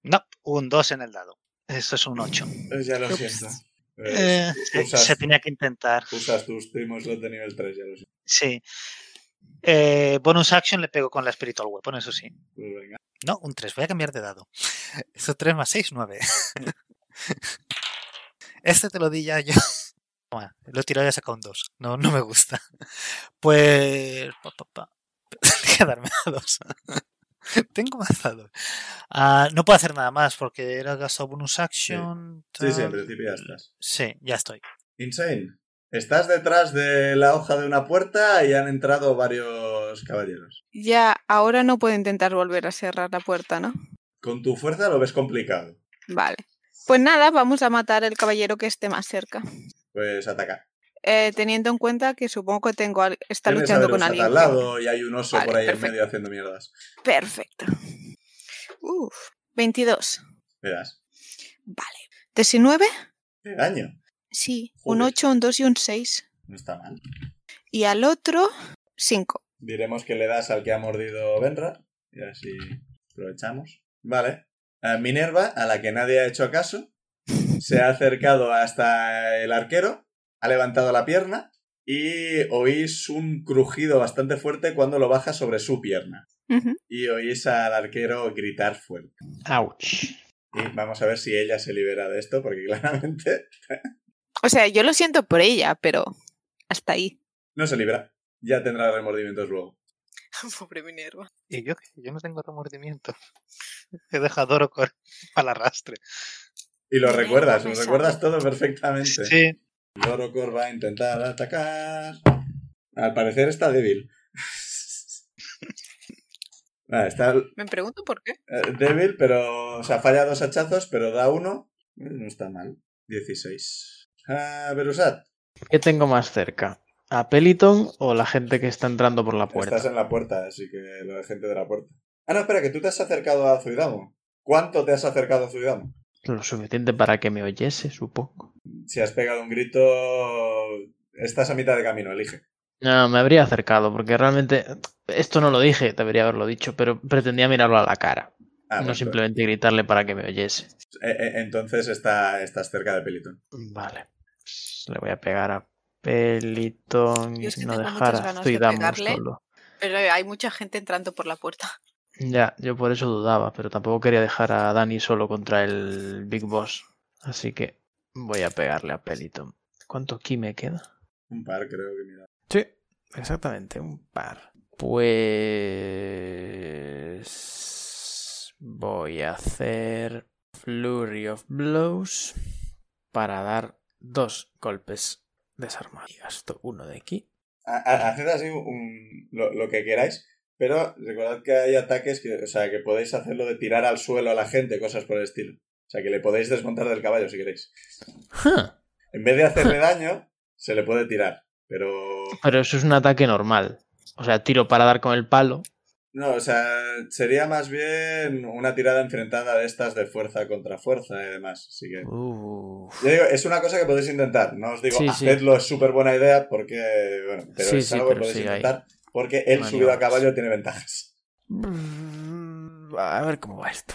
S4: no, un 2 en el dado. Eso es un 8.
S1: Pues Ya lo
S7: Ups.
S1: siento.
S4: Eh, se, se tenía que intentar.
S1: Pues, usas tus Timo Slot de nivel 3, ya lo siento.
S4: Sí. Eh, bonus action le pego con la Spiritual Weapon, eso sí.
S1: Pues venga.
S4: No, un 3. Voy a cambiar de dado. Eso 3 más 6, 9.
S1: Mm.
S4: Este te lo di ya yo. Toma, lo he tirado y he sacado un 2. No, no me gusta. Pues. Pa, pa, pa. Tengo que darme a 2. Tengo más a 2. no puedo hacer nada más porque era gasto bonus action.
S1: Sí, sí, en
S4: tal.
S1: principio ya estás.
S4: Sí, ya estoy.
S1: Insane. Estás detrás de la hoja de una puerta y han entrado varios caballeros.
S7: Ya, ahora no puedo intentar volver a cerrar la puerta, ¿no?
S1: Con tu fuerza lo ves complicado.
S7: Vale. Pues nada, vamos a matar al caballero que esté más cerca.
S1: Pues ataca.
S7: Eh, teniendo en cuenta que supongo que tengo al- está
S1: Tienes a
S7: luchando
S1: Verus
S7: con
S1: a
S7: alguien.
S1: Al lado y hay un oso
S7: Vale,
S1: por ahí
S7: perfecto.
S1: en medio haciendo mierdas.
S7: Perfecto. Uf, 22.
S1: Verás.
S7: Vale. 19.
S1: ¿Qué daño?
S7: Sí, un
S1: Joder.
S7: 8, un 2 y un 6.
S1: No está mal.
S7: Y al otro, 5.
S1: Diremos que le das al que ha mordido Benra. Y así aprovechamos. Vale. A Minerva, a la que nadie ha hecho caso, se ha acercado hasta el arquero, ha levantado la pierna y oís un crujido bastante fuerte cuando lo baja sobre su pierna. Y oís al arquero gritar fuerte.
S3: Ouch.
S1: Y vamos a ver si ella se libera de esto, porque claramente
S7: O sea, yo lo siento por ella, pero hasta ahí.
S1: no se libra. Ya tendrá remordimientos luego.
S7: Pobre Minerva.
S4: Y yo, yo no tengo remordimiento. He dejado oro para el arrastre.
S1: Y lo
S7: Minerva
S1: recuerdas,
S7: me
S1: lo
S7: sabe.
S1: recuerdas todo perfectamente.
S4: Sí,
S1: Dorocor va a intentar atacar. Al parecer está débil. Ah, está eh,
S7: Me pregunto por qué.
S1: débil, pero. O sea, falla dos hachazos, pero da uno. Eh, No está mal. 16. Ah, Berusat,
S3: ¿Qué tengo más cerca? ¿A Peliton o la gente que está entrando por la puerta?
S1: estás en la puerta, así que lo de gente de la puerta. Ah, no, espera, que tú te has acercado a Zuidamo. ¿Cuánto te has acercado a Zuidamo?
S3: Lo suficiente para que me oyese, supongo.
S1: Si has pegado un grito. Estás a mitad de camino, elige.
S3: No, me habría acercado, porque realmente esto no lo dije, debería haberlo dicho, pero pretendía mirarlo a la cara,
S1: Ah,
S3: no
S1: bueno,
S3: simplemente gritarle para que me oyese.
S1: eh, eh, Entonces está, estás cerca de Peliton.
S3: Vale. Pues Le voy a pegar a Peliton y
S7: Yo es que
S3: no
S7: tengo
S3: dejar
S7: muchas
S3: a
S7: ganas de
S3: Zuidamo
S7: pegarle.
S3: solo.
S7: Pero hay mucha gente entrando por la puerta.
S3: Ya, yo por eso dudaba, pero tampoco quería dejar a Dani solo contra el Big Boss. Así que voy a pegarle a Peliton. ¿Cuánto ki me queda?
S1: Un par, creo que mira.
S3: Sí, exactamente, un par. Pues voy a hacer Flurry of Blows para dar dos golpes desarmados. Y gasto uno de aquí.
S1: Ha- ha- Haced así un- lo, lo que queráis, pero recordad que hay ataques que, o sea, que podéis hacerlo de tirar al suelo a la gente, cosas por el estilo. O sea, que le podéis desmontar del caballo si queréis.
S3: ¡Ja!
S1: En vez de hacerle daño, se le puede tirar, pero...
S3: Pero eso es un ataque normal. O sea, tiro para dar con el palo.
S1: No, o sea, sería más bien una tirada enfrentada de estas de fuerza contra fuerza y demás. Así que...
S3: Uf.
S1: Yo digo, es una cosa que podéis intentar. No os digo,
S3: Sí, sí.
S1: hacedlo, es súper buena idea, porque... Bueno, pero
S3: Sí,
S1: es
S3: sí,
S1: algo que
S3: pero
S1: podéis
S3: sí, hay
S1: intentar, porque él subido a
S3: maniobras.
S1: caballo tiene ventajas.
S3: Mm, A ver cómo va esto.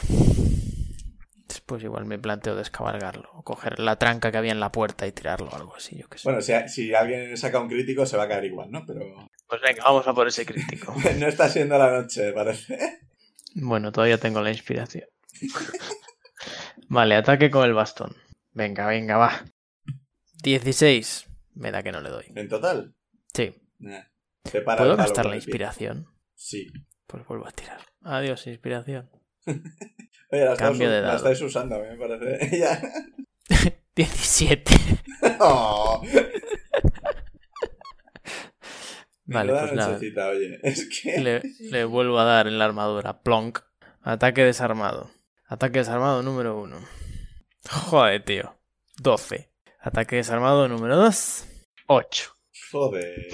S3: pues igual me planteo descabalgarlo. O coger la tranca que había en la puerta y tirarlo o algo así, yo qué sé.
S1: Bueno, si, si alguien saca un crítico se va a caer igual, ¿no? Pero
S6: Pues venga, vamos a por ese crítico.
S1: no está siendo la noche, parece.
S3: Bueno, todavía tengo la inspiración. vale, ataque con el bastón. Venga, venga, va. 16. Me da que no le doy.
S1: En total.
S3: Sí.
S1: eh, te para
S3: ¿Puedo
S1: el palo
S3: gastar
S1: con
S3: la
S1: el pie.
S3: inspiración?
S1: Sí.
S3: Pues vuelvo a tirar. Adiós, inspiración.
S1: Oye, la,
S3: Cambio
S1: estás-
S3: de
S1: la
S3: dado.
S1: estáis usando, me parece. Ya.
S3: 17.
S1: Oh,
S3: Vale,
S1: menuda
S3: pues nada.
S1: nochecita, oye. Es que.
S3: Le, le vuelvo a dar en la armadura. Plonk. Ataque desarmado. Ataque desarmado número 1. Joder, tío. 12. Ataque desarmado número 2. 8.
S1: Joder.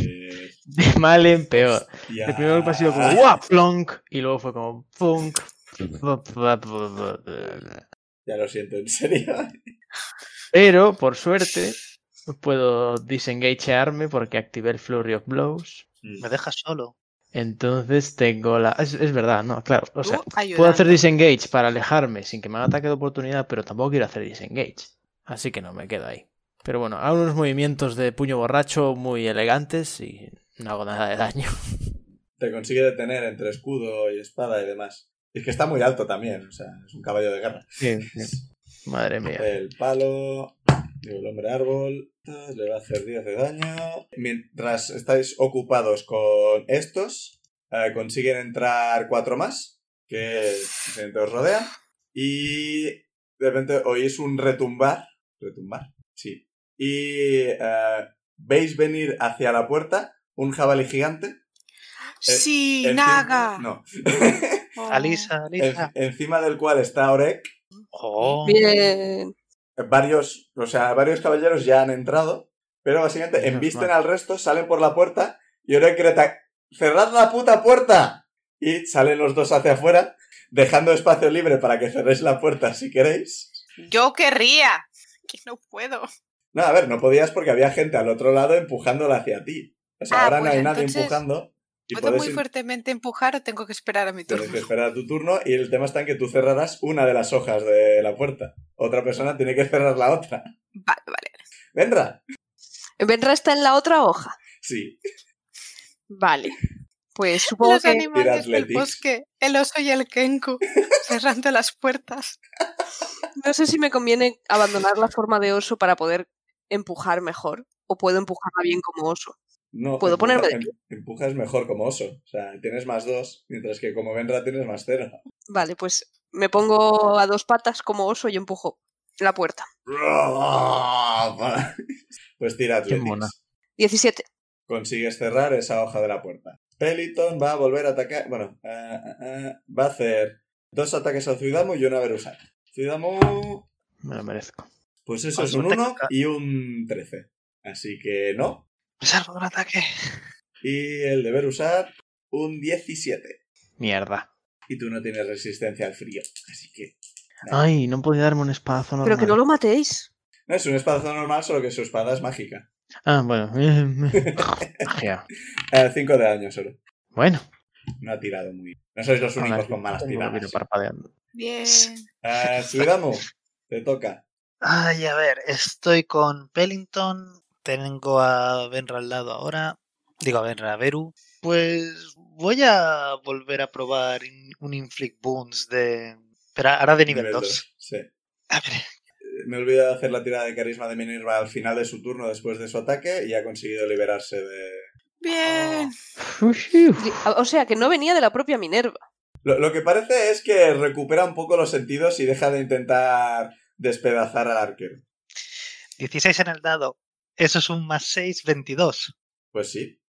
S3: De mal en peor.
S1: hostia.
S3: El primer golpe ha sido como ¡guau! Plonk. Y luego fue como ¡funk!
S1: Ya lo siento, en serio.
S3: Pero, por suerte, puedo disengagearme porque activé el Flurry of Blows.
S4: Me dejas solo.
S3: Entonces tengo la. Es, es verdad, no, claro. O sea,
S7: Tú
S3: Puedo hacer
S7: ayudando.
S3: disengage para alejarme sin que me haga ataque de oportunidad, pero tampoco quiero hacer disengage. Así que no, me quedo ahí. Pero bueno, hago unos movimientos de puño borracho muy elegantes y no hago nada de daño.
S1: Te consigue detener entre escudo y espada y demás. Y es que está muy alto también, o sea, es un caballo de guerra.
S3: Madre mía.
S1: El palo, digo, el hombre árbol, tas, le va a hacer 10 de daño. Mientras estáis ocupados con estos, eh, consiguen entrar cuatro más que simplemente os rodean. Y de repente oís un retumbar. ¿Retumbar? Sí. Y eh, veis venir hacia la puerta un jabalí gigante.
S7: Sí,
S1: Encima-
S7: Naga.
S1: Eh, No.
S7: Oh.
S4: Alisa, Alisa.
S1: En- encima del cual está Orek.
S4: Oh,
S5: Bien.
S1: varios, o sea, varios caballeros ya han entrado, pero básicamente
S3: Menos
S1: embisten
S3: mal.
S1: al resto, salen por la puerta y ahora grita, ¡cerrad la puta puerta! Y salen los dos hacia afuera, dejando espacio libre para que cerréis la puerta si queréis.
S7: Yo querría. Que no puedo.
S1: No, a ver, no podías porque había gente al otro lado empujándola hacia ti. O sea,
S7: Ah,
S1: ahora no
S7: pues
S1: hay nadie
S7: entonces,
S1: empujando y
S7: ¿Puedo
S1: puedes
S7: muy fuertemente empujar o tengo que esperar a mi
S1: tienes que
S7: turno?
S1: esperar a tu turno y el tema está en que tú cerrarás una de las hojas de la puerta. Otra persona tiene que cerrar la otra.
S7: Vale, vale.
S1: ¿Vendrá?
S5: Vendrá está en la otra hoja.
S1: Sí.
S5: Vale. Pues supongo
S7: Los
S5: que
S7: animales
S1: Tira
S7: del
S1: athletics.
S7: bosque, el oso y el kenku, cerrando las puertas.
S5: no sé si me conviene abandonar la forma de oso para poder empujar mejor. O puedo empujarla bien como oso.
S1: No,
S5: ¿Puedo
S1: empuja-
S5: ponerme de
S1: em- Empujas mejor como oso. O sea, tienes más dos, mientras que como Benra tienes más cero.
S5: Vale, pues me pongo a dos patas como oso y empujo la puerta.
S1: Pues tira
S3: Qué mona.
S1: Athletics.
S5: 17.
S1: Consigues cerrar esa hoja de la puerta. Peliton va a volver a atacar. Bueno, ah, ah, ah, va a hacer dos ataques a Zuidamu y una a Berusat. Zuidamu.
S3: Me lo merezco.
S1: Pues eso
S4: Con
S1: es un
S4: suerte
S1: 1
S4: ca-
S1: y un 13. Así que no.
S4: me salvo de un ataque.
S1: Y el de Berusat, un 17.
S3: Mierda.
S1: Y tú no tienes resistencia al frío. Así que.
S3: Ay, no podía darme un espadazo normal.
S5: Pero que no lo matéis.
S1: No, es un espadazo normal, solo que su espada es mágica.
S3: Ah, bueno. Magia.
S1: Eh, cinco de daño solo.
S3: bueno.
S1: No ha tirado muy bien. No sois los
S3: ahora
S1: únicos
S3: sí
S1: con malas
S3: tengo que
S1: tiradas.
S3: ir parpadeando.
S7: Bien.
S1: Eh, Suidamu, te toca.
S4: Ay, a ver, estoy con Pellington. Tengo a Benra al lado ahora. Digo, a Benra, a Beru. Pues voy a volver a probar in- un Inflict Boons de. Pero ahora de nivel 2.
S1: dos, Sí. Eh,
S4: A ver,
S1: Me he olvidado de hacer la tirada de carisma de Minerva al final de su turno después de su ataque y ha conseguido liberarse de...
S7: Bien.
S4: Oh,
S5: Di- O sea, que no venía de la propia Minerva.
S1: Lo, lo que parece es que recupera un poco los sentidos y deja de intentar despedazar al arquero.
S4: 16 en el dado. Eso es un más 6, 22.
S1: Pues sí,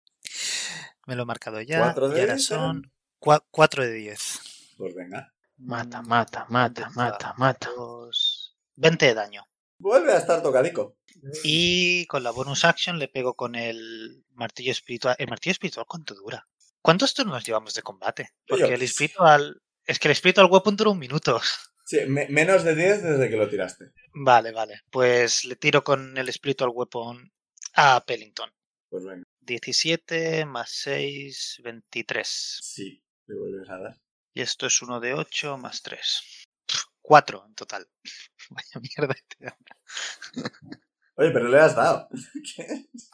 S4: Me lo he marcado ya.
S1: ¿Cuatro de
S4: y ahora
S1: diez
S4: son 4 de 10.
S1: pues venga.
S3: Mata, mata, mata, mata, mata.
S4: Dos- 20 de daño.
S1: Vuelve a estar tocadico.
S4: Y con la bonus action le pego con el martillo espiritual. ¿El martillo espiritual cuánto dura? ¿Cuántos turnos llevamos de combate? Porque
S1: Yo-
S4: el espiritual. Es que el espiritual weapon dura un minuto.
S1: Sí, me- menos de 10 desde que lo tiraste.
S4: Vale, vale. Pues le tiro con el espiritual weapon a Pellington.
S1: Pues venga,
S4: 17 más 6, 23.
S1: sí, le vuelves a dar.
S4: Y esto es uno de 8 más 3. Cuatro en total. Vaya mierda. tío.
S1: Oye, pero le has dado.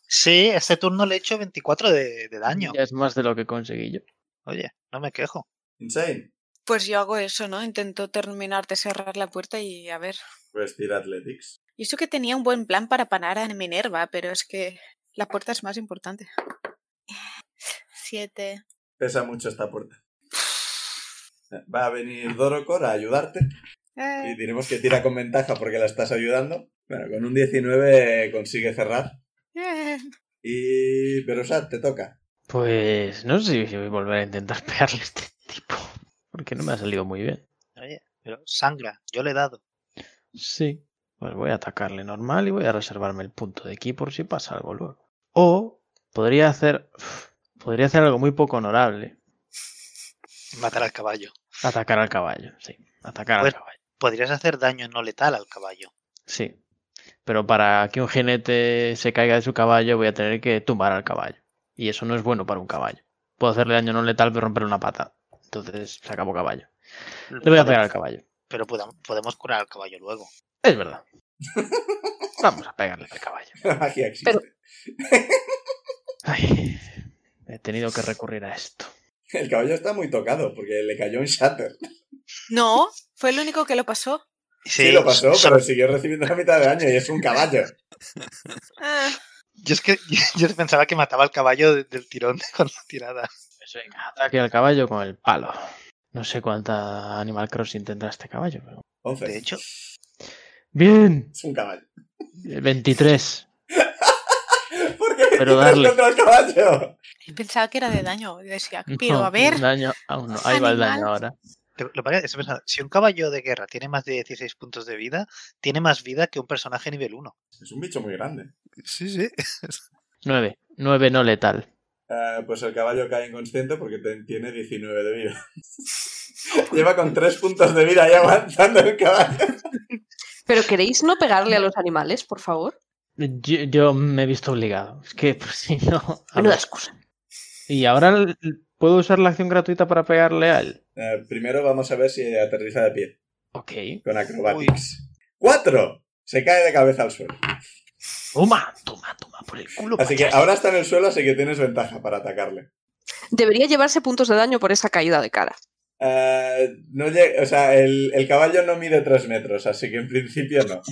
S4: Sí, este turno le he hecho 24 de, de daño.
S3: Ya es más de lo que conseguí yo.
S4: Oye, no me quejo.
S1: Insane.
S7: Pues yo hago eso, ¿no? Intento terminar de cerrar la puerta y a ver.
S1: Pues tira Athletics.
S7: Y eso que tenía un buen plan para parar a Minerva, pero es que la puerta es más importante. Siete.
S1: Pesa mucho esta puerta. Va a venir Dorocor a ayudarte.
S7: Eh,
S1: Y diremos que tira con ventaja porque la estás ayudando. Bueno, con un 19 consigue cerrar.
S7: eh.
S1: Y. Berusat, te toca.
S3: Pues no sé si voy a volver a intentar pegarle a este tipo. Porque no me ha salido muy bien.
S4: Oye, pero sangra, yo le he dado.
S3: Sí. Pues voy a atacarle normal y voy a reservarme el punto de aquí por si pasa algo luego. O podría hacer. uf, Podría hacer algo muy poco honorable.
S4: Matar al caballo.
S3: Atacar al caballo, sí. Atacar al
S4: Bueno.
S3: caballo.
S4: Podrías hacer daño no letal al caballo.
S3: Sí. Pero para que un jinete se caiga de su caballo, voy a tener que tumbar al caballo. Y eso no es bueno para un caballo. Puedo hacerle daño no letal, pero romper una pata. Entonces se acabó caballo. Le voy a pegar al caballo.
S4: Pero podam- podemos curar al caballo luego.
S3: Es verdad. Vamos a pegarle al caballo.
S1: La magia existe.
S3: Ay, he tenido que recurrir a esto.
S1: El caballo está muy tocado porque le cayó un shatter.
S7: No, fue el único que lo pasó.
S1: Sí, lo pasó, pero siguió recibiendo la mitad de daño y es un caballo.
S7: Ah,
S4: Yo es que yo pensaba que mataba al caballo de- del tirón con la tirada.
S3: Pues venga, ataque al caballo con el palo. No sé cuánta Animal Crossing tendrá este caballo, pero...
S1: Once.
S4: De hecho,
S3: ¡Bien! Eh,
S1: Es un caballo.
S3: El 23.
S1: ¿Por qué
S3: Pero
S1: me
S3: darle.
S1: contra el caballo?
S7: pensaba que era de daño. y Decía,
S3: No,
S7: pero a ver.
S3: Daño, aún no. Ahí va el daño
S7: Animal.
S3: ahora.
S4: lo lo que pasa es que he pensado, si un caballo de guerra tiene más de 16 puntos de vida, tiene más vida que un personaje nivel 1.
S1: Es un bicho muy grande.
S4: Sí, sí.
S3: 9. 9 no letal.
S1: Eh, pues el caballo cae inconsciente porque te- tiene 19 de vida. Lleva con 3 puntos de vida ahí aguantando el caballo.
S5: Pero queréis no pegarle a los animales, por favor.
S3: Yo, yo me he visto obligado. Es que pues, si no. a
S5: Menuda
S3: ver.
S5: excusa.
S3: Y ahora l- puedo usar la acción gratuita para pegarle al.
S1: Eh, primero vamos a ver si aterriza de pie
S3: Ok.
S1: con acrobatics. ¡Cuatro! Se cae de cabeza al suelo.
S3: Toma, toma, toma por el culo.
S1: Así que
S3: payaso.
S1: ahora está en el suelo, así que tienes ventaja para atacarle.
S5: Debería llevarse puntos de daño por esa caída de cara.
S1: Eh, no lle- o sea, el, el caballo no mide 3 metros, así que en principio no.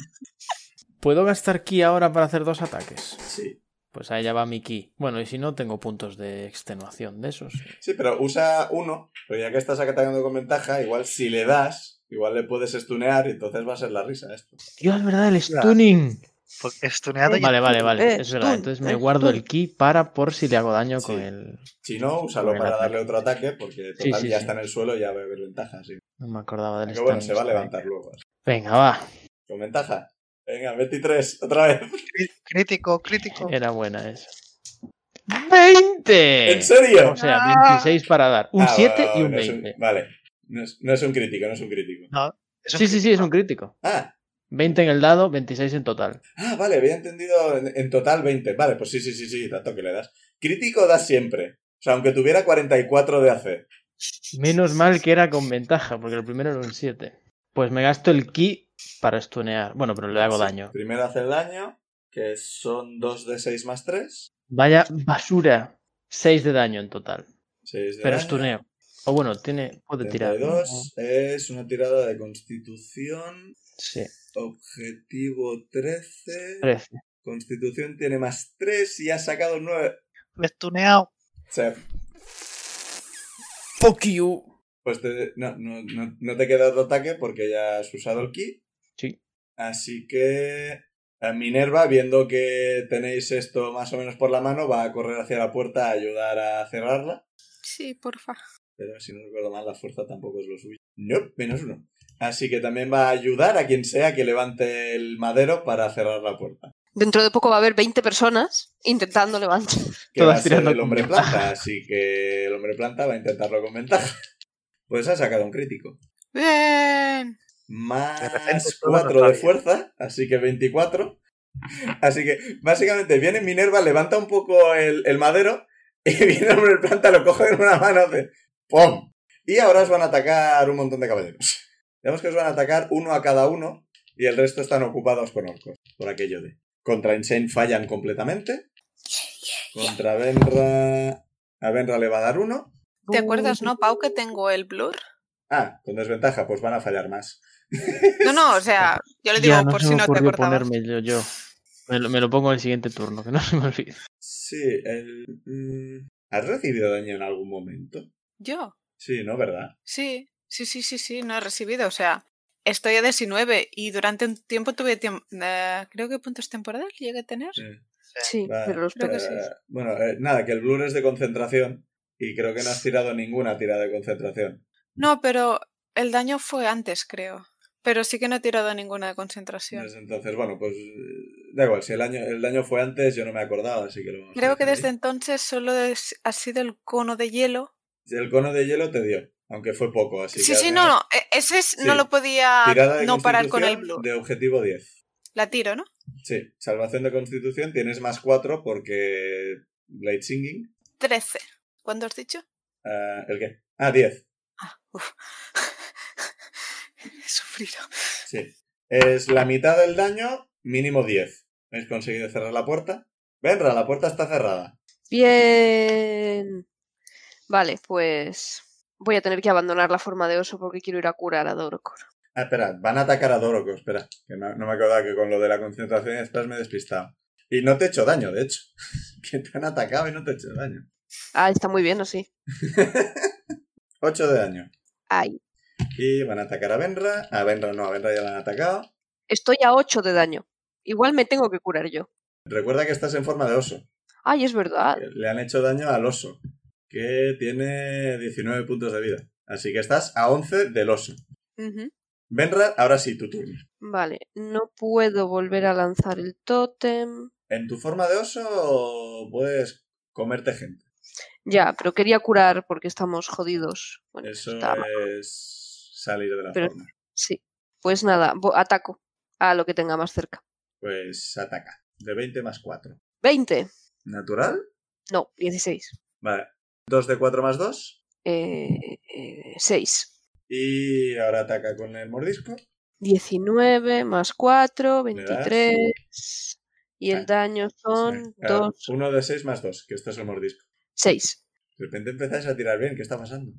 S3: ¿Puedo gastar ki ahora para hacer dos ataques?
S1: Sí.
S3: Pues ahí ya va mi ki. Bueno, y si no, tengo puntos de extenuación de esos.
S1: Sí, pero usa uno, pero ya que estás atacando con ventaja, igual si le das, igual le puedes estunear y entonces va a ser la risa esto.
S3: Dios, es verdad, el stunning.
S4: Estuneado y
S3: Vale, vale, vale.
S5: Eh,
S3: Es verdad.
S5: stun,
S3: Entonces
S5: eh,
S3: me guardo
S5: stun.
S3: el ki para por si le hago daño
S1: Sí.
S3: con el.
S1: Si no, úsalo
S3: Buen
S1: para
S3: ataque.
S1: darle otro ataque, porque
S3: Sí,
S1: total,
S3: sí,
S1: ya
S3: sí.
S1: está en el suelo y ya va a haber ventaja. Sí.
S3: No me acordaba del
S1: Aunque bueno,
S3: stunning
S1: se va a
S3: strike.
S1: levantar luego.
S3: Venga, va.
S1: Con ventaja. Venga, 23, otra vez.
S4: crí- crítico, crítico.
S3: Era buena esa. ¡20!
S1: ¿En serio?
S3: O sea, 26 para dar. Eh, Un
S1: Ah,
S3: 7
S1: vale,
S3: y un
S1: no es
S3: 20.
S1: vale, no es, no es un crítico, no es un crítico.
S4: Es un
S3: Sí, sí, sí,
S4: crítico.
S3: es un crítico.
S1: Ah,
S3: 20 en el dado, 26 en total.
S1: ah vale, había entendido en, en total 20. Vale, pues sí, sí, sí, sí, tanto que le das. Crítico das siempre. O sea, aunque tuviera 44 de AC.
S3: Menos mal que era con ventaja, porque el primero era un 7. Pues me gasto el ki para stunear. Bueno, pero le hago
S1: Sí,
S3: daño.
S1: Primero hace el daño, que son 2 de 6 más 3.
S3: Vaya basura. 6 de daño en total.
S1: 6 de
S3: Pero
S1: daño.
S3: stuneo. O bueno, tiene. Puede tirar. ¿no?
S1: 32 es una tirada de constitución.
S3: Sí,
S1: Objetivo 13.
S3: 13.
S1: Constitución tiene más 3 y ha sacado 9.
S4: Estuneado.
S1: O sea,
S3: Fuck you.
S1: pues te- no, no, no, no te queda otro ataque porque ya has usado el ki.
S3: Sí.
S1: Así que eh, Minerva, viendo que tenéis esto más o menos por la mano, va a correr hacia la puerta a ayudar a cerrarla.
S7: Sí, porfa.
S1: Pero si no recuerdo mal, la fuerza tampoco es lo suyo. No, menos uno. Así que también va a ayudar a quien sea que levante el madero para cerrar la puerta.
S5: Dentro de poco va a haber 20 personas intentando levantar.
S1: que va a
S3: Todas
S1: ser
S3: tirando
S1: el
S3: con
S1: hombre planta, así que el hombre planta va a intentarlo con ventaja. Pues ha sacado un crítico.
S7: Bien.
S4: De repente
S1: Más
S4: todo no
S1: 4 de
S4: está bien.
S1: fuerza, así que 24. Así que básicamente viene Minerva, levanta un poco el, el madero y viene el hombre planta, lo coge en una mano, hace ¡pum! Y ahora os van a atacar un montón de caballeros. Vemos que os van a atacar uno a cada uno y el resto están ocupados con orcos, por aquello de. Contra Insane fallan completamente. Contra Benra... A Benra le va a dar uno.
S7: ¿Te acuerdas, no, Pau, que tengo el blur?
S1: Ah, con desventaja, pues van a fallar más.
S7: No, no, o sea, yo le digo
S6: Ya no
S7: por
S6: se
S7: si
S6: me
S7: no te
S6: ocurrió
S7: acordabas.
S6: ponerme yo, yo. Me lo, me lo pongo en el siguiente turno, que no se me olvide.
S1: Sí, el... mm, ¿Has recibido daño en algún momento?
S7: Yo,
S1: Sí, ¿no? ¿Verdad?
S7: sí, sí, sí, sí, sí, no he recibido. O sea, estoy a 19 y durante un tiempo tuve tiempo. creo que puntos temporal llegué a tener.
S1: Sí.
S5: Sí,
S1: Vale,
S5: pero los
S7: creo que
S1: Eh,
S5: pegas.
S7: sí.
S1: Bueno, eh, nada, que el blur es de concentración y creo que no has tirado ninguna tirada de concentración.
S7: No, pero el daño fue antes, creo. Pero sí que no he tirado ninguna de concentración.
S1: Desde entonces, bueno, pues eh, da igual, si el año, el daño fue antes, yo no me acordaba, así que lo vamos a
S7: Creo que
S1: dejar
S7: desde
S1: ahí.
S7: entonces solo es- ha sido el cono de hielo.
S1: El cono de hielo te dio, aunque fue poco, así
S7: Sí,
S1: que...
S7: sí,
S1: al
S7: no,
S1: menos
S7: no. e- Ese es-
S1: Sí.
S7: no lo podía
S1: Tirada de
S7: no parar con el
S1: constitución
S7: blue.
S1: De objetivo 10.
S7: La tiro, ¿no?
S1: Sí, salvación de constitución, tienes más 4 porque... Blade Singing.
S7: 13. ¿Cuándo has dicho?
S1: Ah, ¿El qué? Ah, 10.
S7: Ah, uf. He sufrido.
S1: Sí. Es la mitad del daño, mínimo 10. ¿Habéis conseguido cerrar la puerta? Venra, la puerta está cerrada.
S5: Bien. Vale, pues voy a tener que abandonar la forma de oso porque quiero ir a curar a Dorocor.
S1: Ah, espera, van a atacar a Doroco, espera. Que no, no me acordaba que con lo de la concentración estás me he despistado. Y no te he hecho daño, de hecho. que te han atacado y no te he hecho daño.
S5: Ah, está muy bien así.
S1: 8 de daño.
S5: Ay.
S1: Y van a atacar a Venra. A Venra no, a Venra ya la han atacado.
S5: Estoy a 8 de daño. Igual me tengo que curar yo.
S1: Recuerda que estás en forma de oso.
S5: Ay, es verdad.
S1: Le han hecho daño al oso, que tiene 19 puntos de vida. Así que estás a 11 del oso.
S5: Ujú.
S1: Venra, ahora sí, tu turno.
S5: Vale, no puedo volver a lanzar el tótem.
S1: En tu forma de oso puedes comerte gente.
S5: Ya, pero quería curar porque estamos jodidos. Bueno,
S1: Eso
S5: está mal.
S1: es salir de la
S5: Pero-
S1: forma.
S5: Sí. Pues nada, vo- ataco a lo que tenga más cerca.
S1: Pues ataca. De 20 más 4.
S5: 20.
S1: ¿Natural?
S5: No, 16.
S1: Vale. 2 de 4 más 2.
S5: Eh, eh, 6.
S1: Y ahora ataca con el mordisco.
S5: 19 más 4,
S1: ¿Le das?
S5: 23. Y el
S1: Ah,
S5: daño son 2,
S1: 1 de 6 más 2, que esto es el mordisco.
S5: 6.
S1: De repente empezáis a tirar bien. ¿Qué está pasando?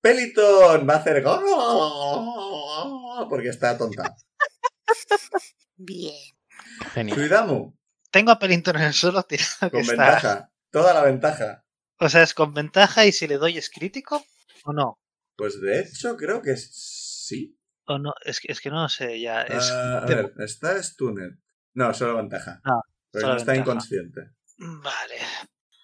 S1: Peliton va a hacer... go- Porque está atonta.
S7: Bien.
S6: Genial.
S1: Suidamu,
S4: Tengo a Pellington en el suelo tirado que
S1: con
S4: está.
S1: ventaja. Toda la ventaja.
S4: O sea, es con ventaja y si le doy es crítico o no.
S1: Pues de hecho creo que sí.
S4: O no, es que, es que no lo sé ya. Es,
S1: Ah, a
S4: de-
S1: ver, está Stunned. No, solo ventaja.
S4: Ah,
S1: Porque
S4: solo
S1: no está
S4: ventaja.
S1: inconsciente.
S4: mm, Vale.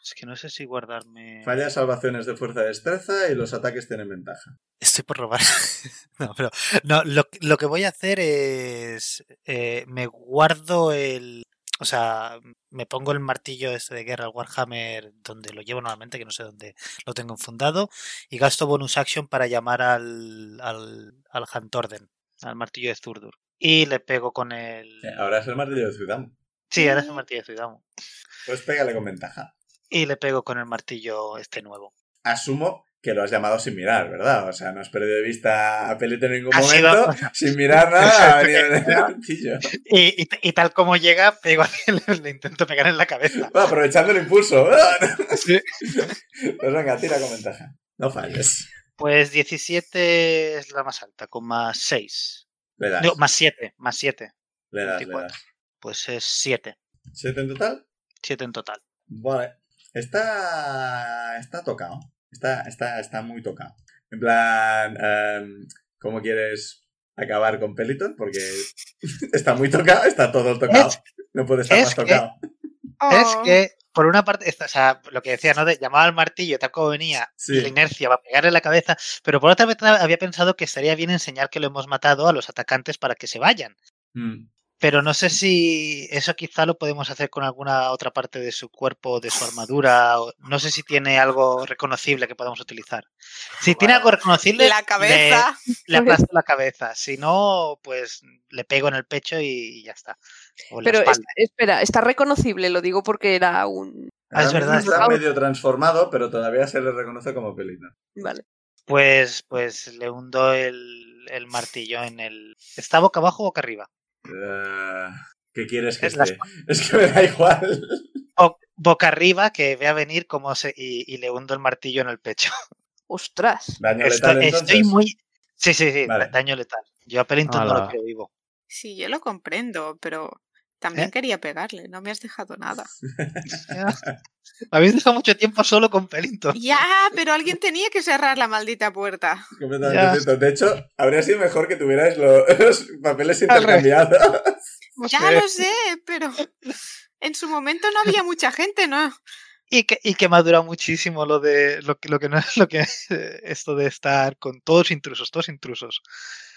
S4: Es que no sé si guardarme.
S1: Falla salvaciones de fuerza de destreza y los ataques tienen ventaja.
S4: Estoy por robar. no, pero. No, lo, lo que voy a hacer es. eh, me guardo el. O sea, me pongo el martillo este de guerra, el Warhammer, donde lo llevo normalmente, que no sé dónde lo tengo enfundado, y gasto bonus action para llamar al, al, al Hantorden, al martillo de Zurdur. Y le pego con el...
S1: Eh, Ahora es el martillo de Ciudad.
S4: Sí, ahora es el martillo de Zuidamu.
S1: Pues pégale con ventaja.
S4: Y le pego con el martillo este nuevo.
S1: Asumo que lo has llamado sin mirar, ¿verdad? O sea, no has perdido de vista a Pelito en ningún
S4: Ha sido-
S1: momento. Sin mirar nada, ha venido en el martillo.
S4: Y, y- y tal como llega, pego a él, le intento pegar en la cabeza.
S1: Va, aprovechando el impulso. Pues
S4: Sí.
S1: venga, tira con ventaja. No falles.
S4: Pues 17 es la más alta, con más 6.
S1: Le das.
S4: No, más 7, más 7.
S1: le das, le
S4: 24.
S1: das.
S4: Pues es 7.
S1: ¿Siete en total?
S4: 7 en total.
S1: Vale. Está. Está tocado. Está, está, está muy tocado. En plan. em, ¿Cómo quieres acabar con Peliton? Porque está muy tocado, está todo tocado.
S4: Es-
S1: No puede estar
S4: es
S1: más
S4: que-
S1: tocado.
S4: Es
S7: Oh.
S4: que, por una parte, esta- o sea, lo que decía, ¿no? De llamaba al martillo tal como venía, y
S1: Sí.
S4: la inercia va a pegarle en la cabeza. Pero por otra vez había pensado que estaría bien enseñar que lo hemos matado a los atacantes para que se vayan.
S1: Mm.
S4: Pero no sé si eso quizá lo podemos hacer con alguna otra parte de su cuerpo, de su armadura. o- no sé si tiene algo reconocible que podamos utilizar. Si tiene algo reconocible,
S7: La
S4: le-
S7: cabeza.
S4: le, aplasto la cabeza. Si no, pues le pego en el pecho y ya está. O en la
S5: Pero es-
S4: espalda.
S5: espera, está reconocible, lo digo porque era un...
S4: Ah, es
S1: Ahora mismo
S4: verdad,
S1: Está
S5: está-
S1: medio transformado, pero todavía se le reconoce como Peliton.
S5: Vale.
S4: Pues, pues le hundo el, el martillo en el. ¿Está boca abajo o boca arriba?
S1: Eh, ¿Qué quieres que
S4: Es la-
S1: esté? Es que me da igual.
S4: O- boca arriba, que vea venir como se. Y, y le hundo el martillo en el pecho.
S5: Ostras.
S1: Daño
S4: Estoy,
S1: letal,
S4: estoy
S1: entonces.
S4: muy. Sí, sí, sí,
S1: Vale.
S4: daño letal. Yo a Pellington no
S6: Ala.
S4: lo creo vivo.
S7: Sí, yo lo comprendo, pero también
S4: ¿Eh?
S7: quería pegarle, no me has dejado nada.
S4: Me habéis dejado mucho tiempo solo con Pellington.
S7: ya, pero alguien tenía que cerrar la maldita puerta.
S1: Completamente
S4: Ya.
S1: cierto. De hecho, habría sido mejor que tuvierais lo- los papeles
S4: Al revés.
S1: intercambiados.
S7: Ya lo sé, pero en su momento no había mucha gente, ¿no?
S4: Y que, y que me ha durado muchísimo lo de lo, que- lo que no lo que eh, esto de estar con todos intrusos, todos intrusos.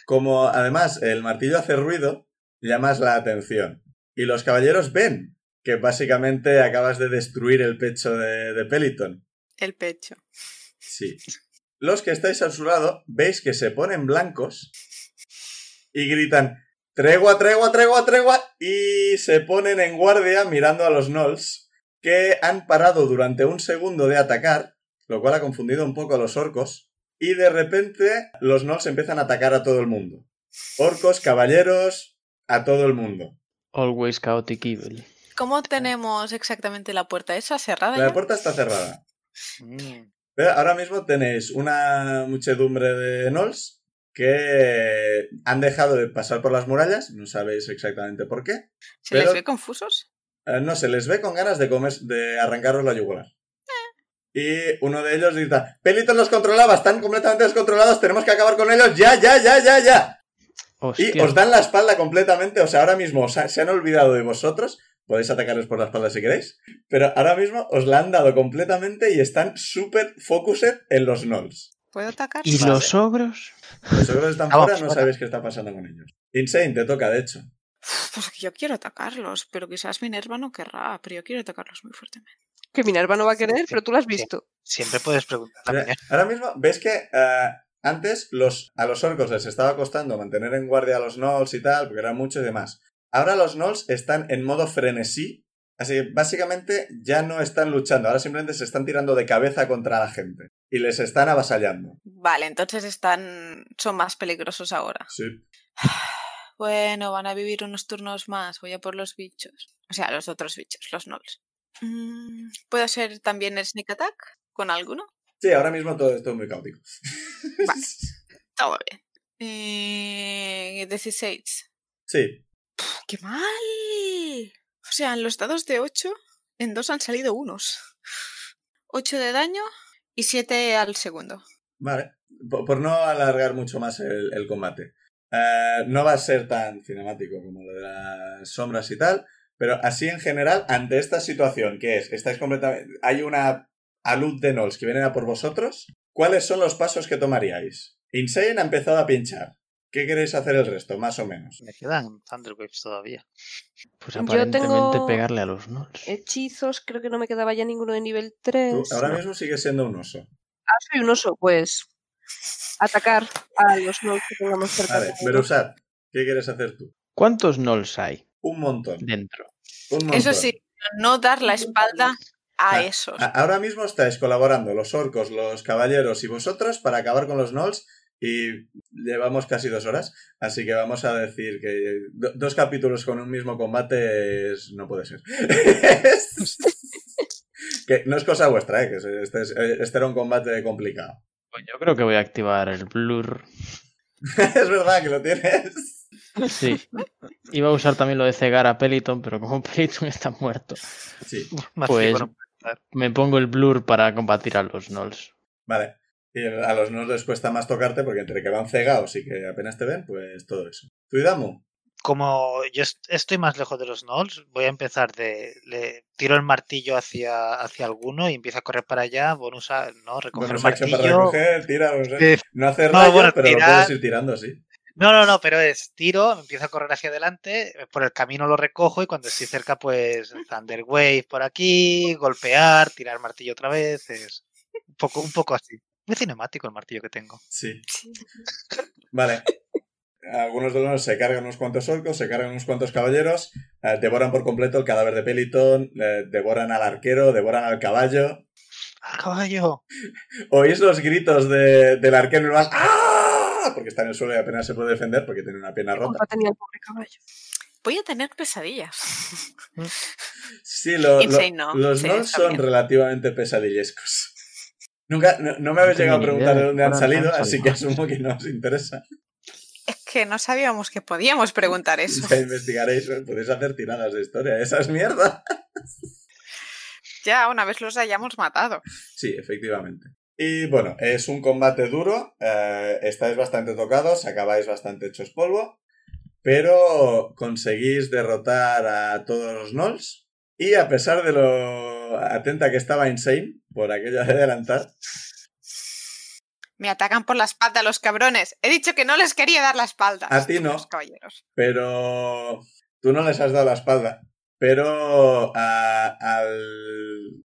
S1: Como además el martillo hace ruido, llamas la atención. Y los caballeros ven que básicamente acabas de destruir el pecho de, de Peliton.
S7: El pecho.
S1: Sí. Los que estáis a su lado veis que se ponen blancos y gritan tregua, tregua, tregua, tregua y se ponen en guardia mirando a los Knolls que han parado durante un segundo de atacar, lo cual ha confundido un poco a los orcos y de repente los Knolls empiezan a atacar a todo el mundo. Orcos, caballeros, a todo el mundo.
S6: Always chaotic evil.
S7: ¿Cómo tenemos exactamente la puerta esa cerrada?
S1: La
S7: ya?
S1: puerta está cerrada.
S4: Mm.
S1: Pero ahora mismo tenéis una muchedumbre de Knolls que han dejado de pasar por las murallas, no sabéis exactamente por qué.
S7: ¿Se les
S1: pero-
S7: ve confusos?
S1: Eh, no se les ve con ganas de, comer, de arrancaros la yugular. Y uno de ellos dice, Pelitos los controlaba, están completamente descontrolados, tenemos que acabar con ellos, ya, ya, ya, ya, ya.
S6: Hostia.
S1: Y os dan la espalda completamente, o sea, ahora mismo os ha- se han olvidado de vosotros, podéis atacarles por la espalda si queréis, pero ahora mismo os la han dado completamente y están súper focused en los Knolls.
S7: ¿Puedo atacar?
S6: ¿Y
S4: Vale.
S6: los ogros?
S1: Los ogros Pues están
S4: Vamos,
S1: fuera, no
S4: fuera.
S1: sabéis qué está pasando con ellos. Insane, te toca, de hecho.
S7: Uf, Pues yo quiero atacarlos, pero quizás Minerva no querrá, pero yo quiero atacarlos muy fuertemente.
S5: Que Minerva no va a querer, pero tú lo has visto.
S4: Siempre puedes preguntar a
S1: Mira,
S4: Minerva.
S1: Ahora mismo, ves que eh, antes los, a los orcos les estaba costando mantener en guardia a los gnolls y tal, porque eran muchos y demás. Ahora los gnolls están en modo frenesí, así que básicamente ya no están luchando, ahora simplemente se están tirando de cabeza contra la gente y les están avasallando.
S7: Vale, entonces están. son más peligrosos ahora.
S1: Sí.
S7: Bueno, van a vivir unos turnos más. Voy a por los bichos. O sea, los otros bichos, los nobles. Mm, ¿Puedo hacer también el sneak attack con alguno?
S1: Sí, ahora mismo todo esto es muy caótico.
S7: Vale. Todo bien. Eh, 16.
S1: Sí,
S7: Pf, ¡Qué mal! O sea, en los dados de 8, en dos han salido unos. 8 de daño y 7 al segundo.
S1: vale. Por, por no alargar mucho más el, el combate. Eh, no va a ser tan cinemático como lo de las sombras y tal, pero así en general, ante esta situación que es, estáis completamente. Hay una alud de Nols que vienen a por vosotros. ¿Cuáles son los pasos que tomaríais? Insane ha empezado a pinchar. ¿Qué queréis hacer el resto, más o menos?
S4: Me quedan Thunder Waves todavía.
S6: Pues
S5: Yo
S6: aparentemente
S5: tengo- Eh.
S6: pegarle a los gnolls.
S5: Hechizos, creo que no me quedaba ya ninguno de nivel
S1: Tú
S5: 3.
S7: Pues
S1: ahora mismo sigues siendo un oso.
S5: Ah, soy un oso, pues. Atacar a los no que tengamos cerca.
S1: Vale, Berusat, ¿qué quieres hacer tú?
S6: ¿Cuántos gnolls hay
S1: Un montón.
S6: dentro?
S1: Un montón.
S7: Eso sí, no dar la espalda a
S1: Ah,
S7: esos.
S1: A- Ahora mismo estáis colaborando los orcos, los caballeros y vosotros para acabar con los Knolls y llevamos casi dos horas, así que vamos a decir que do- dos capítulos con un mismo combate es- no puede ser. que no es cosa vuestra, ¿eh? que se- este, es- eh, este era un combate complicado.
S6: Pues yo creo que voy a activar el blur.
S1: es verdad que lo tienes.
S6: Sí. Iba a usar también lo de cegar a Peliton, pero como Peliton está muerto,
S1: Sí,
S4: Más que
S6: Pues-
S4: bueno,
S6: me pongo el blur para combatir a los gnolls.
S1: vale. Y a los Knolls les cuesta más tocarte porque entre que van cegados y que apenas te ven, pues todo eso. Tuidamu,
S4: como yo est- estoy más lejos de los Knolls, voy a empezar de. Le tiro el martillo hacia, hacia alguno y empieza a correr para allá. Bonus a- no, recoger
S1: bonus
S4: el
S1: action para
S4: martillo.
S1: recoger, ¿eh? tira, no sé.
S4: Sí.
S1: No hacer
S4: No,
S1: nada,
S4: bueno,
S1: pero lo
S4: tirar-
S1: puedes ir tirando, sí.
S4: No, no, no, pero es tiro, empiezo a correr hacia adelante, eh, por el camino lo recojo y cuando estoy cerca, pues Thunder Wave por aquí, golpear, tirar martillo otra vez. Es un poco, un poco así. Muy cinemático el martillo que tengo.
S1: Sí. Vale. Algunos de los se cargan unos cuantos orcos, se cargan unos cuantos caballeros, eh, devoran por completo el cadáver de Peliton, eh, devoran al arquero, devoran al caballo.
S4: ¡Ah, caballo!
S1: Oís los gritos de, del arquero y vas ¡Ah! Porque está en el suelo y apenas se puede defender porque tiene una pierna rota.
S5: Culpa tenía el pobre caballo.
S7: Voy a tener pesadillas.
S1: Sí, lo- lo-
S7: Insane no,
S1: los
S7: sí,
S1: no
S7: está
S1: son
S7: bien.
S1: relativamente pesadillescos. Nunca, no, no me habéis
S6: tengo
S1: llegado a
S6: ni idea
S1: preguntar de
S6: de
S1: dónde han
S6: cuándo han
S1: salido,
S6: salido.
S1: así que asumo que no os interesa.
S7: Es que no sabíamos que podíamos preguntar eso.
S1: Ya investigaréis, pues, podéis hacer tiradas de historia. Esa es mierda.
S7: Ya, una vez los hayamos matado.
S1: Sí, efectivamente. Y bueno, es un combate duro, eh, estáis bastante tocados, acabáis bastante hechos polvo, pero conseguís derrotar a todos los Knolls. Y a pesar de lo atenta que estaba Insane por aquello de adelantar,
S7: Me atacan por la espalda los cabrones. He dicho que no les quería dar la espalda.
S1: A ti no.
S7: Los caballeros.
S1: pero tú no les has dado la espalda. Pero a- al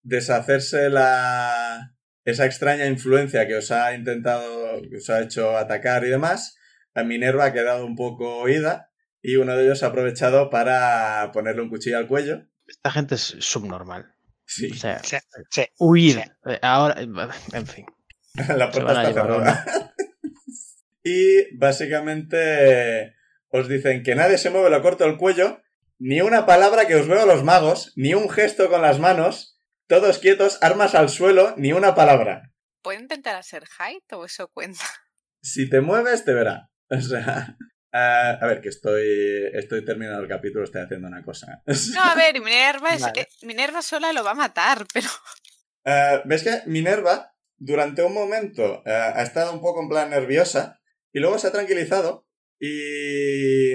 S1: deshacerse la esa extraña influencia que os ha intentado, que os ha hecho atacar y demás, a Minerva ha quedado un poco oída y uno de ellos ha aprovechado para ponerle un cuchillo al cuello.
S6: Esta gente es subnormal.
S1: Sí,
S6: O sea,
S4: Sí, sí.
S6: huir.
S4: sí.
S6: Eh, Ahora, en fin. Se
S1: la puerta
S6: van a
S1: está
S6: llevar
S1: cerrada.
S6: una.
S1: Y básicamente os dicen que nadie se mueve, lo corto el cuello, ni una palabra que os veo a los magos, ni un gesto con las manos, todos quietos, armas al suelo, ni una palabra.
S7: ¿Puedo intentar hacer height o eso cuenta?
S1: Si te mueves, te verá. O sea, ah, a ver, que estoy, estoy terminando el capítulo, estoy haciendo una cosa.
S7: No, a ver, Minerva, es-
S4: Vale.
S7: eh, Minerva sola lo va a matar, pero
S1: Eh, ¿Ves que Minerva durante un momento eh, ha estado un poco en plan nerviosa y luego se ha tranquilizado y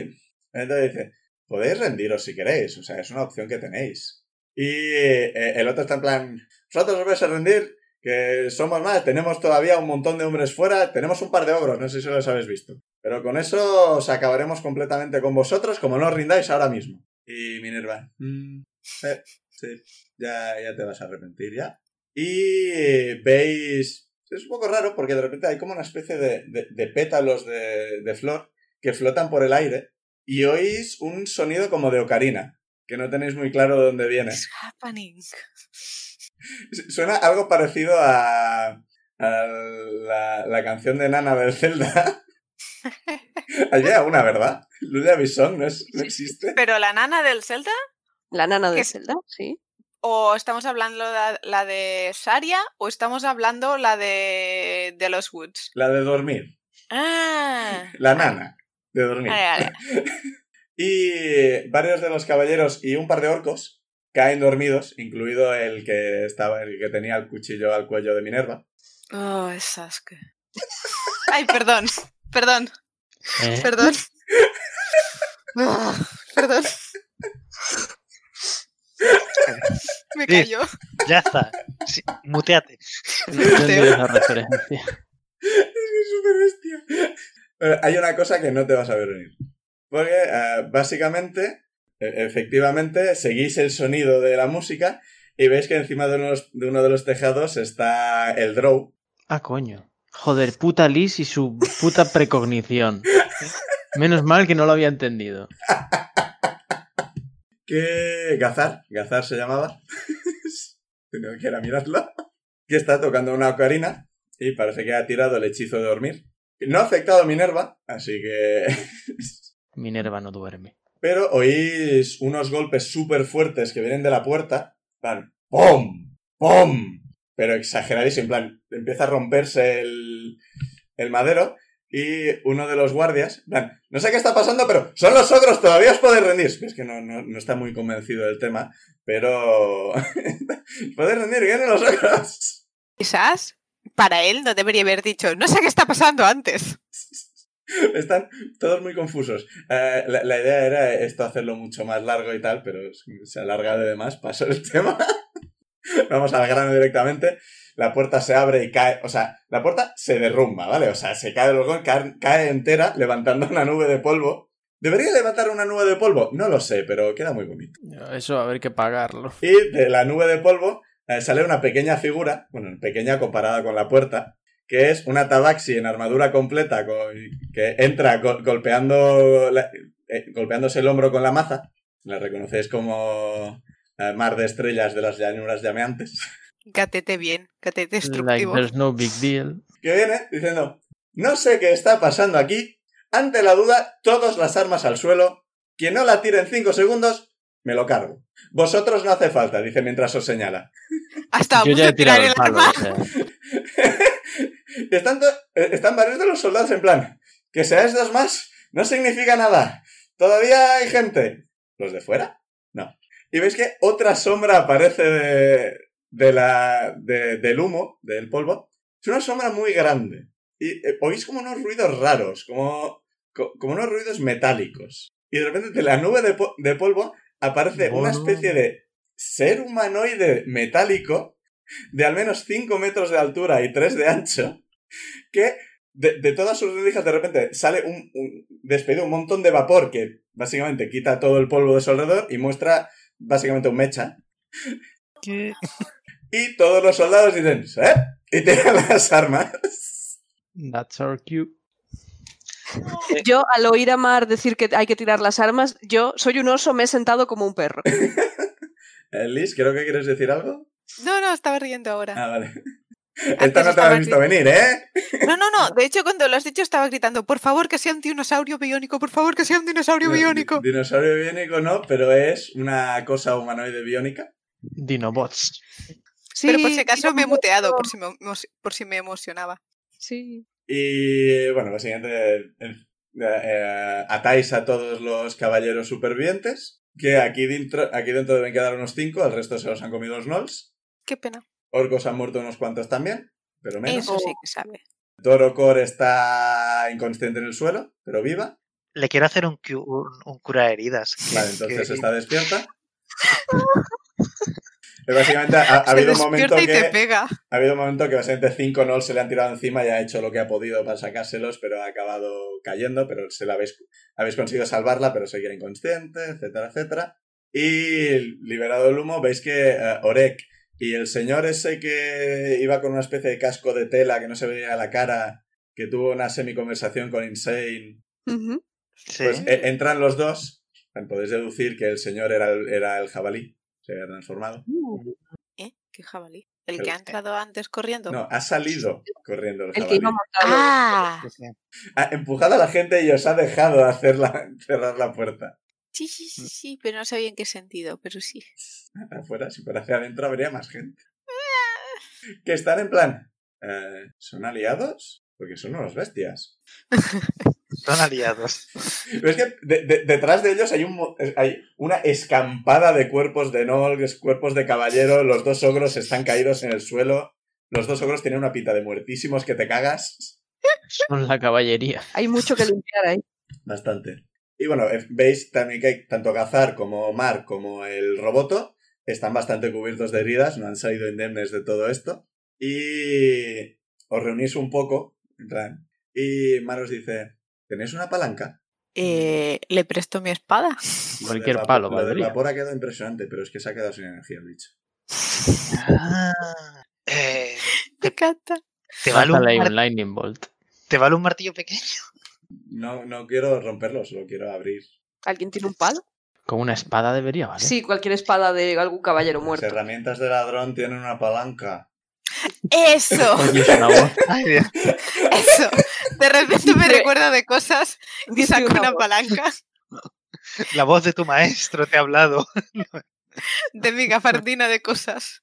S1: entonces dice, podéis rendiros si queréis, o sea, es una opción que tenéis. Y eh, el otro está en plan, vosotros os vais a rendir, que somos más, tenemos todavía un montón de hombres fuera, tenemos un par de ogros, no sé si los habéis visto. Pero con eso os acabaremos completamente con vosotros como no os rindáis ahora mismo. Y Minerva, "Mm, eh, sí, ya, ya te vas a arrepentir ya. Y veis. Es un poco raro porque de repente hay como una especie de, de- de pétalos de, de flor que flotan por el aire y oís un sonido como de ocarina, que no tenéis muy claro de dónde viene.
S7: it's happening.
S1: Su- Suena algo parecido a, a la, la canción de Nana del Zelda. Allá una, ¿verdad? Lulia Bison no, es- no existe.
S7: Pero la nana del Zelda,
S5: La nana de
S7: ¿Qué?
S5: Zelda, sí.
S7: o estamos hablando la, la de Saria, o estamos hablando la de, de los Woods.
S1: La de dormir.
S7: Ah,
S1: La nana de dormir.
S7: vale, vale.
S1: Y varios de los caballeros y un par de orcos caen dormidos, incluido el que estaba, el que tenía el cuchillo al cuello de Minerva.
S7: Oh, esas que. Ay, perdón, perdón,
S6: Eh,
S7: perdón. Ah, Perdón. Me
S4: Sí.
S7: cayó.
S4: Ya está. Sí, muteate.
S6: no entiendo esa referencia.
S1: Es que es súper bestia. Eh, hay una cosa que no te vas a ver venir. Porque eh, básicamente, e- efectivamente, seguís el sonido de la música y veis que encima de, unos- de uno de los tejados está el Drow.
S6: Ah, coño. Joder, puta Liz y su puta precognición. Menos mal que no lo había entendido.
S1: Que. Gazar, Gazar se llamaba. Tengo que ir a mirarlo. Que está tocando una ocarina y parece que ha tirado el hechizo de dormir. No ha afectado a Minerva, así que.
S6: Minerva no duerme.
S1: Pero oís unos golpes súper fuertes que vienen de la puerta. en Plan, ¡pum! ¡pum! Pero exageradísimo. En plan, empieza a romperse el, el madero. Y uno de los guardias, en plan, no sé qué está pasando, pero son los ogros, todavía os podéis rendir. Es que no, no, no está muy convencido del tema, pero. podéis rendir, vienen los ogros.
S7: Quizás para él no debería haber dicho, no sé qué está pasando antes.
S1: Están todos muy confusos. Eh, la, la idea era esto hacerlo mucho más largo y tal, pero es- se alarga de más, pasó el tema. Vamos al grano directamente. La puerta se abre y cae, o sea, la puerta se derrumba, ¿vale? O sea, se cae de los gol- cae, cae entera levantando una nube de polvo. ¿Debería levantar una nube de polvo? No lo sé, pero queda muy bonito.
S3: Eso a ver que pagarlo.
S1: Y de la nube de polvo eh, sale una pequeña figura, bueno, pequeña comparada con la puerta, que es una tabaxi en armadura completa con- que entra go- golpeando la- eh, golpeándose el hombro con la maza. La reconocéis como eh, Mar de Estrellas de las Llanuras Llameantes.
S2: Gatete bien, gatete
S6: Like
S2: destructivo.
S6: there's no big deal.
S1: que viene diciendo, no sé qué está pasando aquí. Ante la duda, todas las armas al suelo. Quien no la tire en 5 segundos, me lo cargo. Vosotros no hace falta, dice mientras os señala.
S2: Hasta
S6: Yo
S2: vamos
S6: ya
S2: a
S6: he
S2: tirar
S6: tirado
S2: el
S6: el palo.
S2: arma.
S6: o sea.
S1: están, to- eh, están varios de los soldados en plan, que seáis dos más no significa nada. Todavía hay gente. ¿Los de fuera? No. Y veis que otra sombra aparece de, de la, de- del humo, del polvo. Es una sombra muy grande. Y eh, oís como unos ruidos raros, como, co- como unos ruidos metálicos. Y de repente de la nube de, po- de polvo aparece una
S6: Bueno.
S1: especie de ser humanoide metálico de al menos 5 metros de altura y 3 de ancho, que de, de todas sus rendijas de repente sale un, un- despedido un montón de vapor que básicamente quita todo el polvo de su alrededor y muestra básicamente un mecha.
S4: ¿Qué?
S1: Y todos los soldados dicen, ¿eh? Y tiran las armas.
S6: That's our cue.
S5: Yo, al oír a Mar decir que hay que tirar las armas, yo soy un oso, me he sentado como un perro.
S1: Eh, Liz, creo que quieres decir algo.
S2: No, no, estaba riendo ahora.
S1: Ah, vale. Esta
S2: Antes
S1: no te la
S2: estaba
S1: has visto venir, ¿eh?
S2: No, no, no. De hecho, cuando lo has dicho estaba gritando, por favor que sea un dinosaurio biónico, por favor que sea un dinosaurio biónico.
S1: Di- Dinosaurio biónico no, pero es una cosa humanoide biónica.
S6: Dinobots.
S5: Sí,
S2: Pero por si acaso
S5: tira
S2: me he
S5: un
S2: muteado,
S5: poco.
S2: por si me, emo- por si me emocionaba.
S5: Sí.
S1: Y bueno, básicamente eh, eh, atáis a todos los caballeros supervivientes, que aquí dentro, aquí dentro deben quedar unos cinco, al resto se los han comido los gnolls.
S2: Qué pena.
S1: Orcos han muerto unos cuantos también, pero menos.
S2: Eso sí que sabe.
S1: Toro Cor está inconsciente en el suelo, pero viva.
S4: Le quiero hacer un, cu- un, un cura heridas. que-
S1: Vale, entonces
S4: que-
S1: está despierta. Pero básicamente ha, ha
S2: Se
S1: habido un momento
S2: despierta y te
S1: que
S2: pega.
S1: ha habido un momento que básicamente cinco no se le han tirado encima y ha hecho lo que ha podido para sacárselos, pero ha acabado cayendo, pero se la habéis, habéis conseguido salvarla, pero seguía inconsciente, etcétera, etcétera. Y liberado el humo, veis que eh, Orek y el señor ese que iba con una especie de casco de tela que no se veía la cara, que tuvo una semiconversación con Insane
S5: Ujú.
S4: sí.
S1: pues e- entran los dos. Podéis deducir que el señor era el, era el jabalí. Se había transformado.
S5: Uh,
S7: ¿Eh? ¿Qué jabalí? ¿El
S1: El-
S7: que ha entrado antes corriendo?
S1: No, ha salido corriendo el
S5: El que
S1: jabalí.
S5: iba montado.
S7: ¡Ah!
S4: Sí, sí.
S1: Ha empujado a la gente y os ha dejado hacer la- cerrar la puerta.
S7: Sí, sí, sí, sí, pero no sabía en qué sentido, pero sí.
S1: Afuera, si fuera hacia adentro, habría más gente. Que están en plan. eh, ¿Son aliados? Porque son unos bestias.
S4: Son aliados.
S1: Pero es que de- de- detrás de ellos hay, un, mo- hay una escampada de cuerpos de Nolgs, cuerpos de caballero, los dos ogros están caídos en el suelo, los dos ogros tienen una pinta de muertísimos que te cagas.
S6: Son la caballería.
S5: Hay mucho que limpiar ahí.
S1: Bastante. Y bueno, eh, veis también que hay- tanto Gazar como Mar como el Roboto están bastante cubiertos de heridas, no han salido indemnes de todo esto. Y os reunís un poco, en plan, y Mar os dice, ¿tenéis una palanca?
S7: Eh, Le presto mi espada.
S1: Lo
S6: Cualquier
S1: del vapo-
S6: palo
S1: lo del
S6: valdría.
S1: vapor ha quedado impresionante, pero es que se ha quedado sin energía el bicho.
S4: Ah, eh,
S7: Me encanta.
S4: ¿te, vale un
S6: Lánzale ahí
S4: mar-
S6: un lightning bolt.
S4: ¿Te vale un martillo pequeño?
S1: No, no quiero romperlo, solo quiero abrir.
S5: ¿Alguien tiene un palo?
S6: Con una espada debería, ¿vale?
S5: Sí, cualquier espada de algún caballero muerto.
S1: Las herramientas de ladrón tienen una palanca.
S7: ¡Eso!
S6: Oye, es una voz.
S4: Ay, Dios.
S2: Eso. De repente me
S5: Dice-
S2: recuerda de cosas y
S5: Dice
S2: saco
S5: una
S2: una
S5: voz.
S2: palanca
S4: La voz de tu maestro te ha hablado.
S2: de mi gabardina de cosas.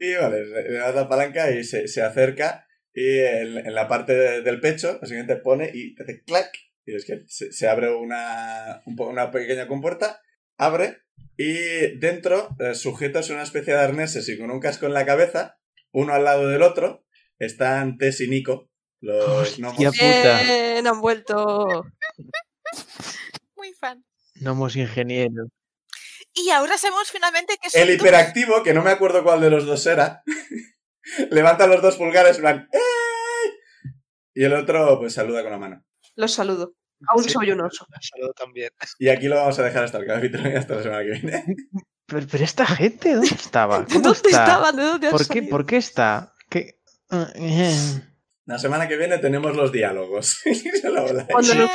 S1: Y vale, le le das la palanca y se, se acerca y en, en la parte de- del pecho, lo siguiente pone y te hace clac. Y es que se, se abre una, un po- una pequeña compuerta, abre y dentro, eh, sujetos a una especie de arneses y con un casco en la cabeza, uno al lado del otro, están Tess y Nico, los
S6: Hostia
S1: gnomos.
S6: puta.
S5: Bien, han vuelto.
S7: Muy fan.
S6: Gnomos ingenieros.
S7: Y ahora sabemos finalmente que es
S1: El hiperactivo, que no me acuerdo cuál de los dos era, levanta los dos pulgares en plan, "¡Eh!", Y el otro, pues saluda con la mano.
S5: Los saludo. Aún
S4: Sí.
S5: soy un oso.
S4: Saludo también.
S1: Y aquí lo vamos a dejar hasta el capítulo y hasta la semana que viene.
S6: Pero, pero esta gente, ¿dónde estaba?
S5: ¿De
S6: ¿Cómo
S5: dónde
S6: está?
S5: estaban? ¿De dónde han
S6: ¿Por qué,
S5: salido?
S6: ¿Por qué está? ¿Qué?
S1: La semana que viene tenemos los diálogos. Y se lo habláis.
S5: Cuando nos,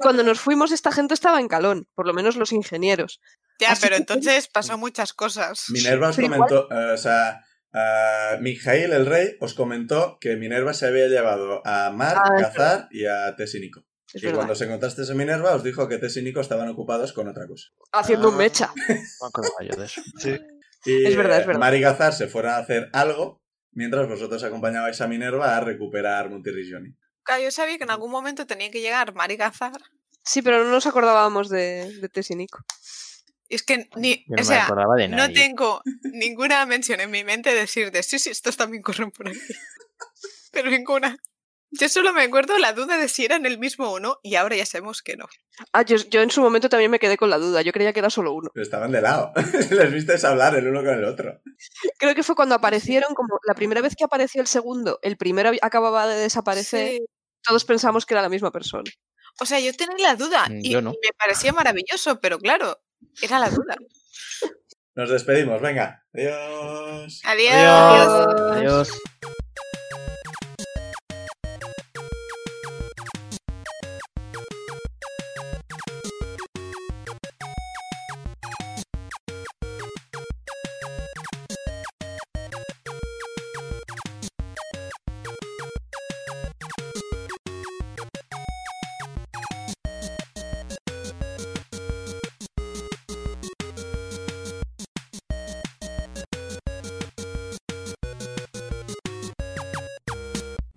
S5: cuando nos fuimos, esta gente estaba en calón, por lo menos los ingenieros.
S7: Ya,
S5: Así
S7: pero
S5: que-
S7: entonces pasó muchas cosas.
S1: Minerva os
S5: Pero
S1: comentó, eh, o sea, eh, Mijail el rey os comentó que Minerva se había llevado a Mar,
S5: Ah, es
S1: Cazar y a Tesínico.
S5: Es
S1: Y
S5: verdad.
S1: cuando se encontrasteis a Minerva os dijo que Tesínico estaban ocupados con otra cosa.
S5: Haciendo un
S7: Ah.
S5: mecha.
S3: No me acordaba yo de eso.
S4: Sí.
S1: Y,
S5: Es verdad,
S1: eh,
S5: es verdad.
S1: Mar y Gazar se fueron a hacer algo mientras vosotros acompañabais a Minerva a recuperar Multirisioni.
S7: Claro, yo sabía que en algún momento tenía que llegar Mari Gazar.
S5: Sí, pero no nos acordábamos de, de Tess y Nico.
S7: Y es que ni,
S3: Yo
S7: o
S3: no me
S7: sea,
S3: acordaba de nadie.
S7: no tengo ninguna mención en mi mente de decir de sí, sí, estos también corren por aquí. Pero ninguna. Yo solo me acuerdo la duda de si eran el mismo o no, y ahora ya sabemos que no.
S5: Ah, yo, yo en su momento también me quedé con la duda. Yo creía que era solo uno.
S1: Pero estaban de lado. Les visteis hablar el uno con el otro.
S5: Creo que fue cuando aparecieron, como la primera vez que apareció el segundo, el primero había- acababa de desaparecer,
S7: Sí.
S5: todos pensamos que era la misma persona.
S7: O sea, yo tenía la duda
S3: Mm,
S7: y,
S3: yo no.
S7: y me parecía maravilloso, pero claro, era la duda.
S1: Nos despedimos, venga. Adiós.
S7: Adiós.
S3: Adiós.